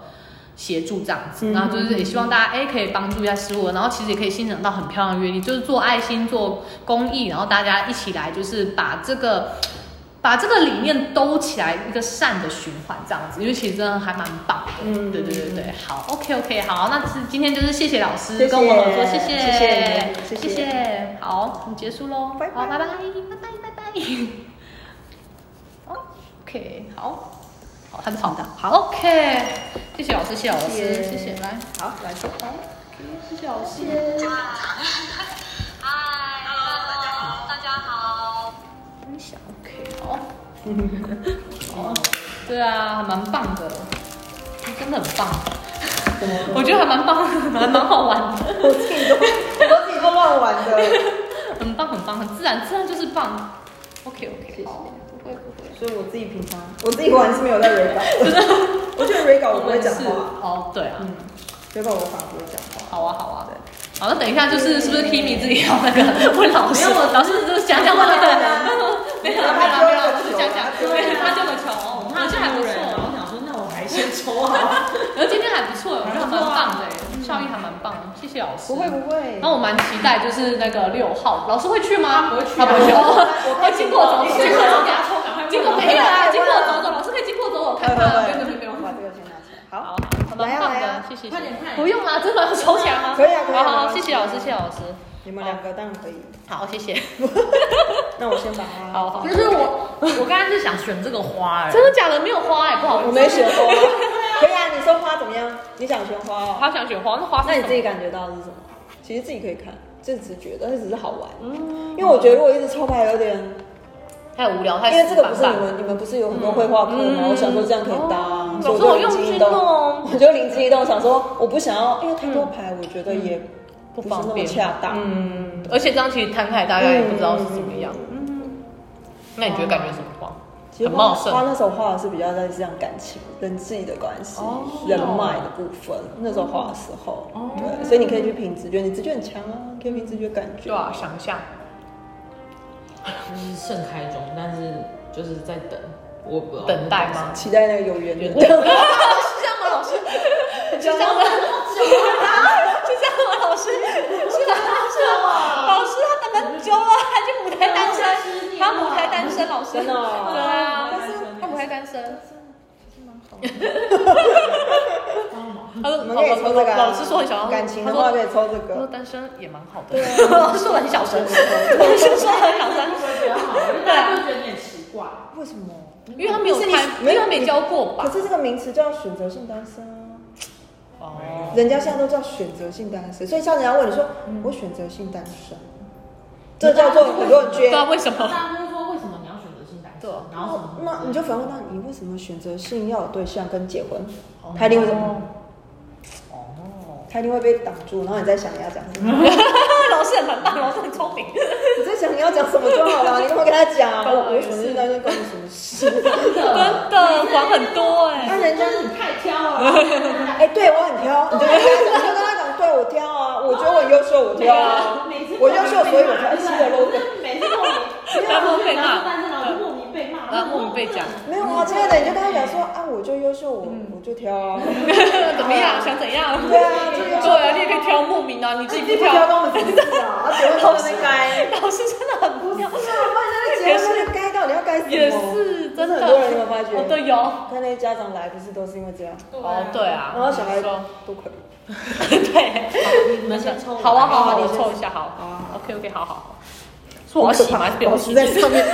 Speaker 1: 协助这样子，
Speaker 2: 嗯
Speaker 1: 然后就是也希望大家哎、可以帮助一下师傅，然后其实也可以欣赏到很漂亮的阅历，就是做爱心做公益，然后大家一起来就是把这个把这个理念兜起来一个善的循环这样子，因为其实真的还蛮棒的。
Speaker 2: 嗯
Speaker 1: 对对对对，好，OK OK，好，那是今天就是谢谢老师
Speaker 2: 谢谢
Speaker 1: 跟我们合作，谢
Speaker 2: 谢谢你
Speaker 1: 谢
Speaker 2: 谢
Speaker 1: 谢
Speaker 2: 谢
Speaker 1: 谢，好，我们结束喽，
Speaker 2: 拜拜
Speaker 1: 好，拜拜，拜拜，拜拜。好，OK，好，好，他就好的，好，OK，谢谢老师，谢谢老师，
Speaker 2: 谢谢
Speaker 1: 谢谢，来，
Speaker 2: 好，来说，
Speaker 1: 谢谢老师。 嗨，Hello，大家好，分享，OK，好。哦，对啊，还蛮棒的，真的很棒，
Speaker 2: 怎么
Speaker 1: 我觉得还蛮棒，还蛮好玩的，
Speaker 2: 我自己都我自己都乱玩的，
Speaker 1: 很棒很棒，很自然，自然就是棒。OK OK，
Speaker 2: 谢谢
Speaker 1: 好，不会不会，
Speaker 2: 所以我自己平常我自己玩是没有在 re 稿的，我觉得 re 稿我不会讲
Speaker 1: 是
Speaker 2: 话，
Speaker 1: 哦，对啊，
Speaker 2: 嗯，re 稿我反而不会讲话。
Speaker 1: 好啊好啊，好，那等一下就是是不是 Kimi 自己要那个问老师？老师就是想想问的，没有啦没有啦没有啦，就是想想，对，他这么穷，我们这还不
Speaker 3: 然
Speaker 1: 错，
Speaker 3: 后想说，那我还先抽好。啊
Speaker 1: 然后今天还不错，我觉得还蛮棒的耶，效益还蛮棒的，谢谢老师。
Speaker 2: 不会不会
Speaker 1: 然，后我蛮期待，就是那个六号，老师会去吗？
Speaker 3: 不会去
Speaker 1: 他不
Speaker 3: 啊
Speaker 1: 会去。
Speaker 3: 我
Speaker 1: 我会经过走走，经过走走，经过没有啊？经过走走，老师可以经过走走看看，没有没有没有。
Speaker 2: 我把这个先拿起来，
Speaker 1: 好，，
Speaker 2: 好
Speaker 1: 好蛮棒的，谢谢。
Speaker 3: 快点快点
Speaker 1: 不用啦，真的要抽起来吗？
Speaker 2: 可以啊可以
Speaker 1: 好
Speaker 2: 啊
Speaker 1: 好，好
Speaker 2: 没关系
Speaker 1: 谢谢老师，谢谢老师。
Speaker 2: 你们两个当然可以，
Speaker 1: 好，谢谢。
Speaker 2: 那我先把它，
Speaker 1: 好好
Speaker 3: 其。实我我刚才是想选这个花，哎
Speaker 1: 真，的假的？没有花哎，不好意思。
Speaker 2: 我没选花，可以啊，你说花怎么样？你想选花哦？
Speaker 1: 他想选花，那花是
Speaker 2: 那你
Speaker 1: 什么
Speaker 2: 自己感觉到的是什么？其实自己可以看，这只是觉得，这只是好玩。
Speaker 1: 嗯
Speaker 2: 因为我觉得如果一直抽牌有点，
Speaker 1: 太无聊，太
Speaker 2: 因为这个不
Speaker 1: 死
Speaker 2: 是
Speaker 1: 板
Speaker 2: 你
Speaker 1: 板
Speaker 2: 们，你们不是有很多绘画课
Speaker 1: 嗯
Speaker 2: 吗？我想说这样可以搭啊，
Speaker 1: 老
Speaker 2: 所以
Speaker 1: 师好
Speaker 2: 我
Speaker 1: 用
Speaker 2: 就灵机
Speaker 1: 心
Speaker 2: 一动，
Speaker 1: 哦。
Speaker 2: 我就灵机一动想说，我不想要，因为太多牌，我觉得也
Speaker 1: 不
Speaker 2: 不是
Speaker 1: 方
Speaker 2: 那么
Speaker 1: 便
Speaker 2: 恰当。
Speaker 1: 嗯，而且这样其实摊开大概也不知道是怎么样。嗯，那你觉得感觉什么花？
Speaker 2: 其实
Speaker 1: 很
Speaker 2: 花
Speaker 1: 茂盛
Speaker 2: 花。那时候画的是比较在这样感情、人际的关系、
Speaker 1: 哦
Speaker 2: 人脉的部分。那时候画的时候，对，所以你可以去凭直觉，你直觉很强啊，可以凭直觉感觉。
Speaker 1: 对啊，想象。
Speaker 3: 就是盛开中，但是就是在等，我不知道
Speaker 1: 等待吗？
Speaker 2: 期待那个有缘 人。
Speaker 1: 是这样吗，老师？是这样吗？是这样吗，老师？是的，是的，
Speaker 3: 哦
Speaker 1: 老师他等很久了，他就母胎单身，他母胎单身，老师。
Speaker 2: 真的哦
Speaker 1: 对啊，
Speaker 3: 母胎单身
Speaker 1: 他母胎单 身。他
Speaker 2: 我
Speaker 1: 说：“
Speaker 2: 们可以抽这个啊、
Speaker 1: 老师说很想要
Speaker 2: 感情
Speaker 1: 他
Speaker 2: 的话
Speaker 1: 说
Speaker 2: 可以抽这
Speaker 1: 他说
Speaker 2: 个。
Speaker 1: 单身也蛮好的，老师说很 小声，老师说很小声，
Speaker 3: 比较好，因为大家就觉得你很奇怪。
Speaker 2: 为 什么？
Speaker 1: 因为他没有
Speaker 2: 可是你
Speaker 1: 谈，因
Speaker 2: 没
Speaker 1: 为
Speaker 2: 有
Speaker 1: 他没交过吧
Speaker 2: 可？是这个名词叫选择性单身啊，
Speaker 1: 哦，
Speaker 2: 人家现在都叫选择性单身，所以像人家问你说，我选择性单身，这叫做很多人
Speaker 1: 不
Speaker 2: 觉
Speaker 1: 知道为什
Speaker 3: 大
Speaker 1: 么，
Speaker 3: 家就说为什么你要选择性单身
Speaker 1: 对啊？
Speaker 3: 然
Speaker 2: 嗯
Speaker 3: 后什么？
Speaker 2: 哦那你就反问他，你为什么选择性要有对象跟结婚？他一定会怎么？
Speaker 3: 哦，
Speaker 2: 他一定会被挡住，然后你再想你要讲什么，
Speaker 1: 老师很蛮棒，老师很聪明。
Speaker 2: 你在想你要讲什么就好 了，你干嘛跟他讲啊？我我选择性单身关你什么事？
Speaker 1: 真
Speaker 3: 真
Speaker 1: 的管很多哎、
Speaker 2: 那人家
Speaker 3: 但是你太 挑了，
Speaker 2: 哎、对我很挑，你就跟他讲，你就跟他讲，对我挑啊，我觉得我很优秀，我挑啊，我优秀，所以我挑，是的喽。
Speaker 3: 每次莫名，
Speaker 1: 然后被骂
Speaker 3: 单身，然后就莫名被骂，
Speaker 1: 然后我们被讲，
Speaker 2: 没有
Speaker 1: 嗯
Speaker 2: 啊，亲爱的，你就跟他讲说啊，我就优秀，我、我就挑啊。
Speaker 1: 怎么样，想怎样？
Speaker 2: 对啊，这个
Speaker 1: 嗯对啊，你也可以挑莫名啊，你自己
Speaker 2: 自
Speaker 1: 不
Speaker 2: 己不挑
Speaker 1: 挑。
Speaker 2: 跟我们什么事啊？啊结婚后面该，
Speaker 1: 老师真的很不挑，
Speaker 2: 不是啊，万一那个结婚后面该到底要该什么？
Speaker 1: 也是真的。
Speaker 2: 很多人有没有发觉？
Speaker 1: 哦，对，有。
Speaker 2: 看那些家长来，不是都是因为这样，
Speaker 1: 哦，对啊。
Speaker 2: 然后小孩
Speaker 1: 说，
Speaker 2: 多亏。
Speaker 1: 对，
Speaker 3: 你们先抽，
Speaker 1: 好啊，好啊，
Speaker 2: 好
Speaker 1: 我
Speaker 2: 你先
Speaker 1: 凑一下，好。
Speaker 2: 好啊
Speaker 1: OK，OK，好好好。是我要洗吗？还是不
Speaker 2: 老
Speaker 1: 要
Speaker 2: 师
Speaker 1: 洗？
Speaker 2: 在上面，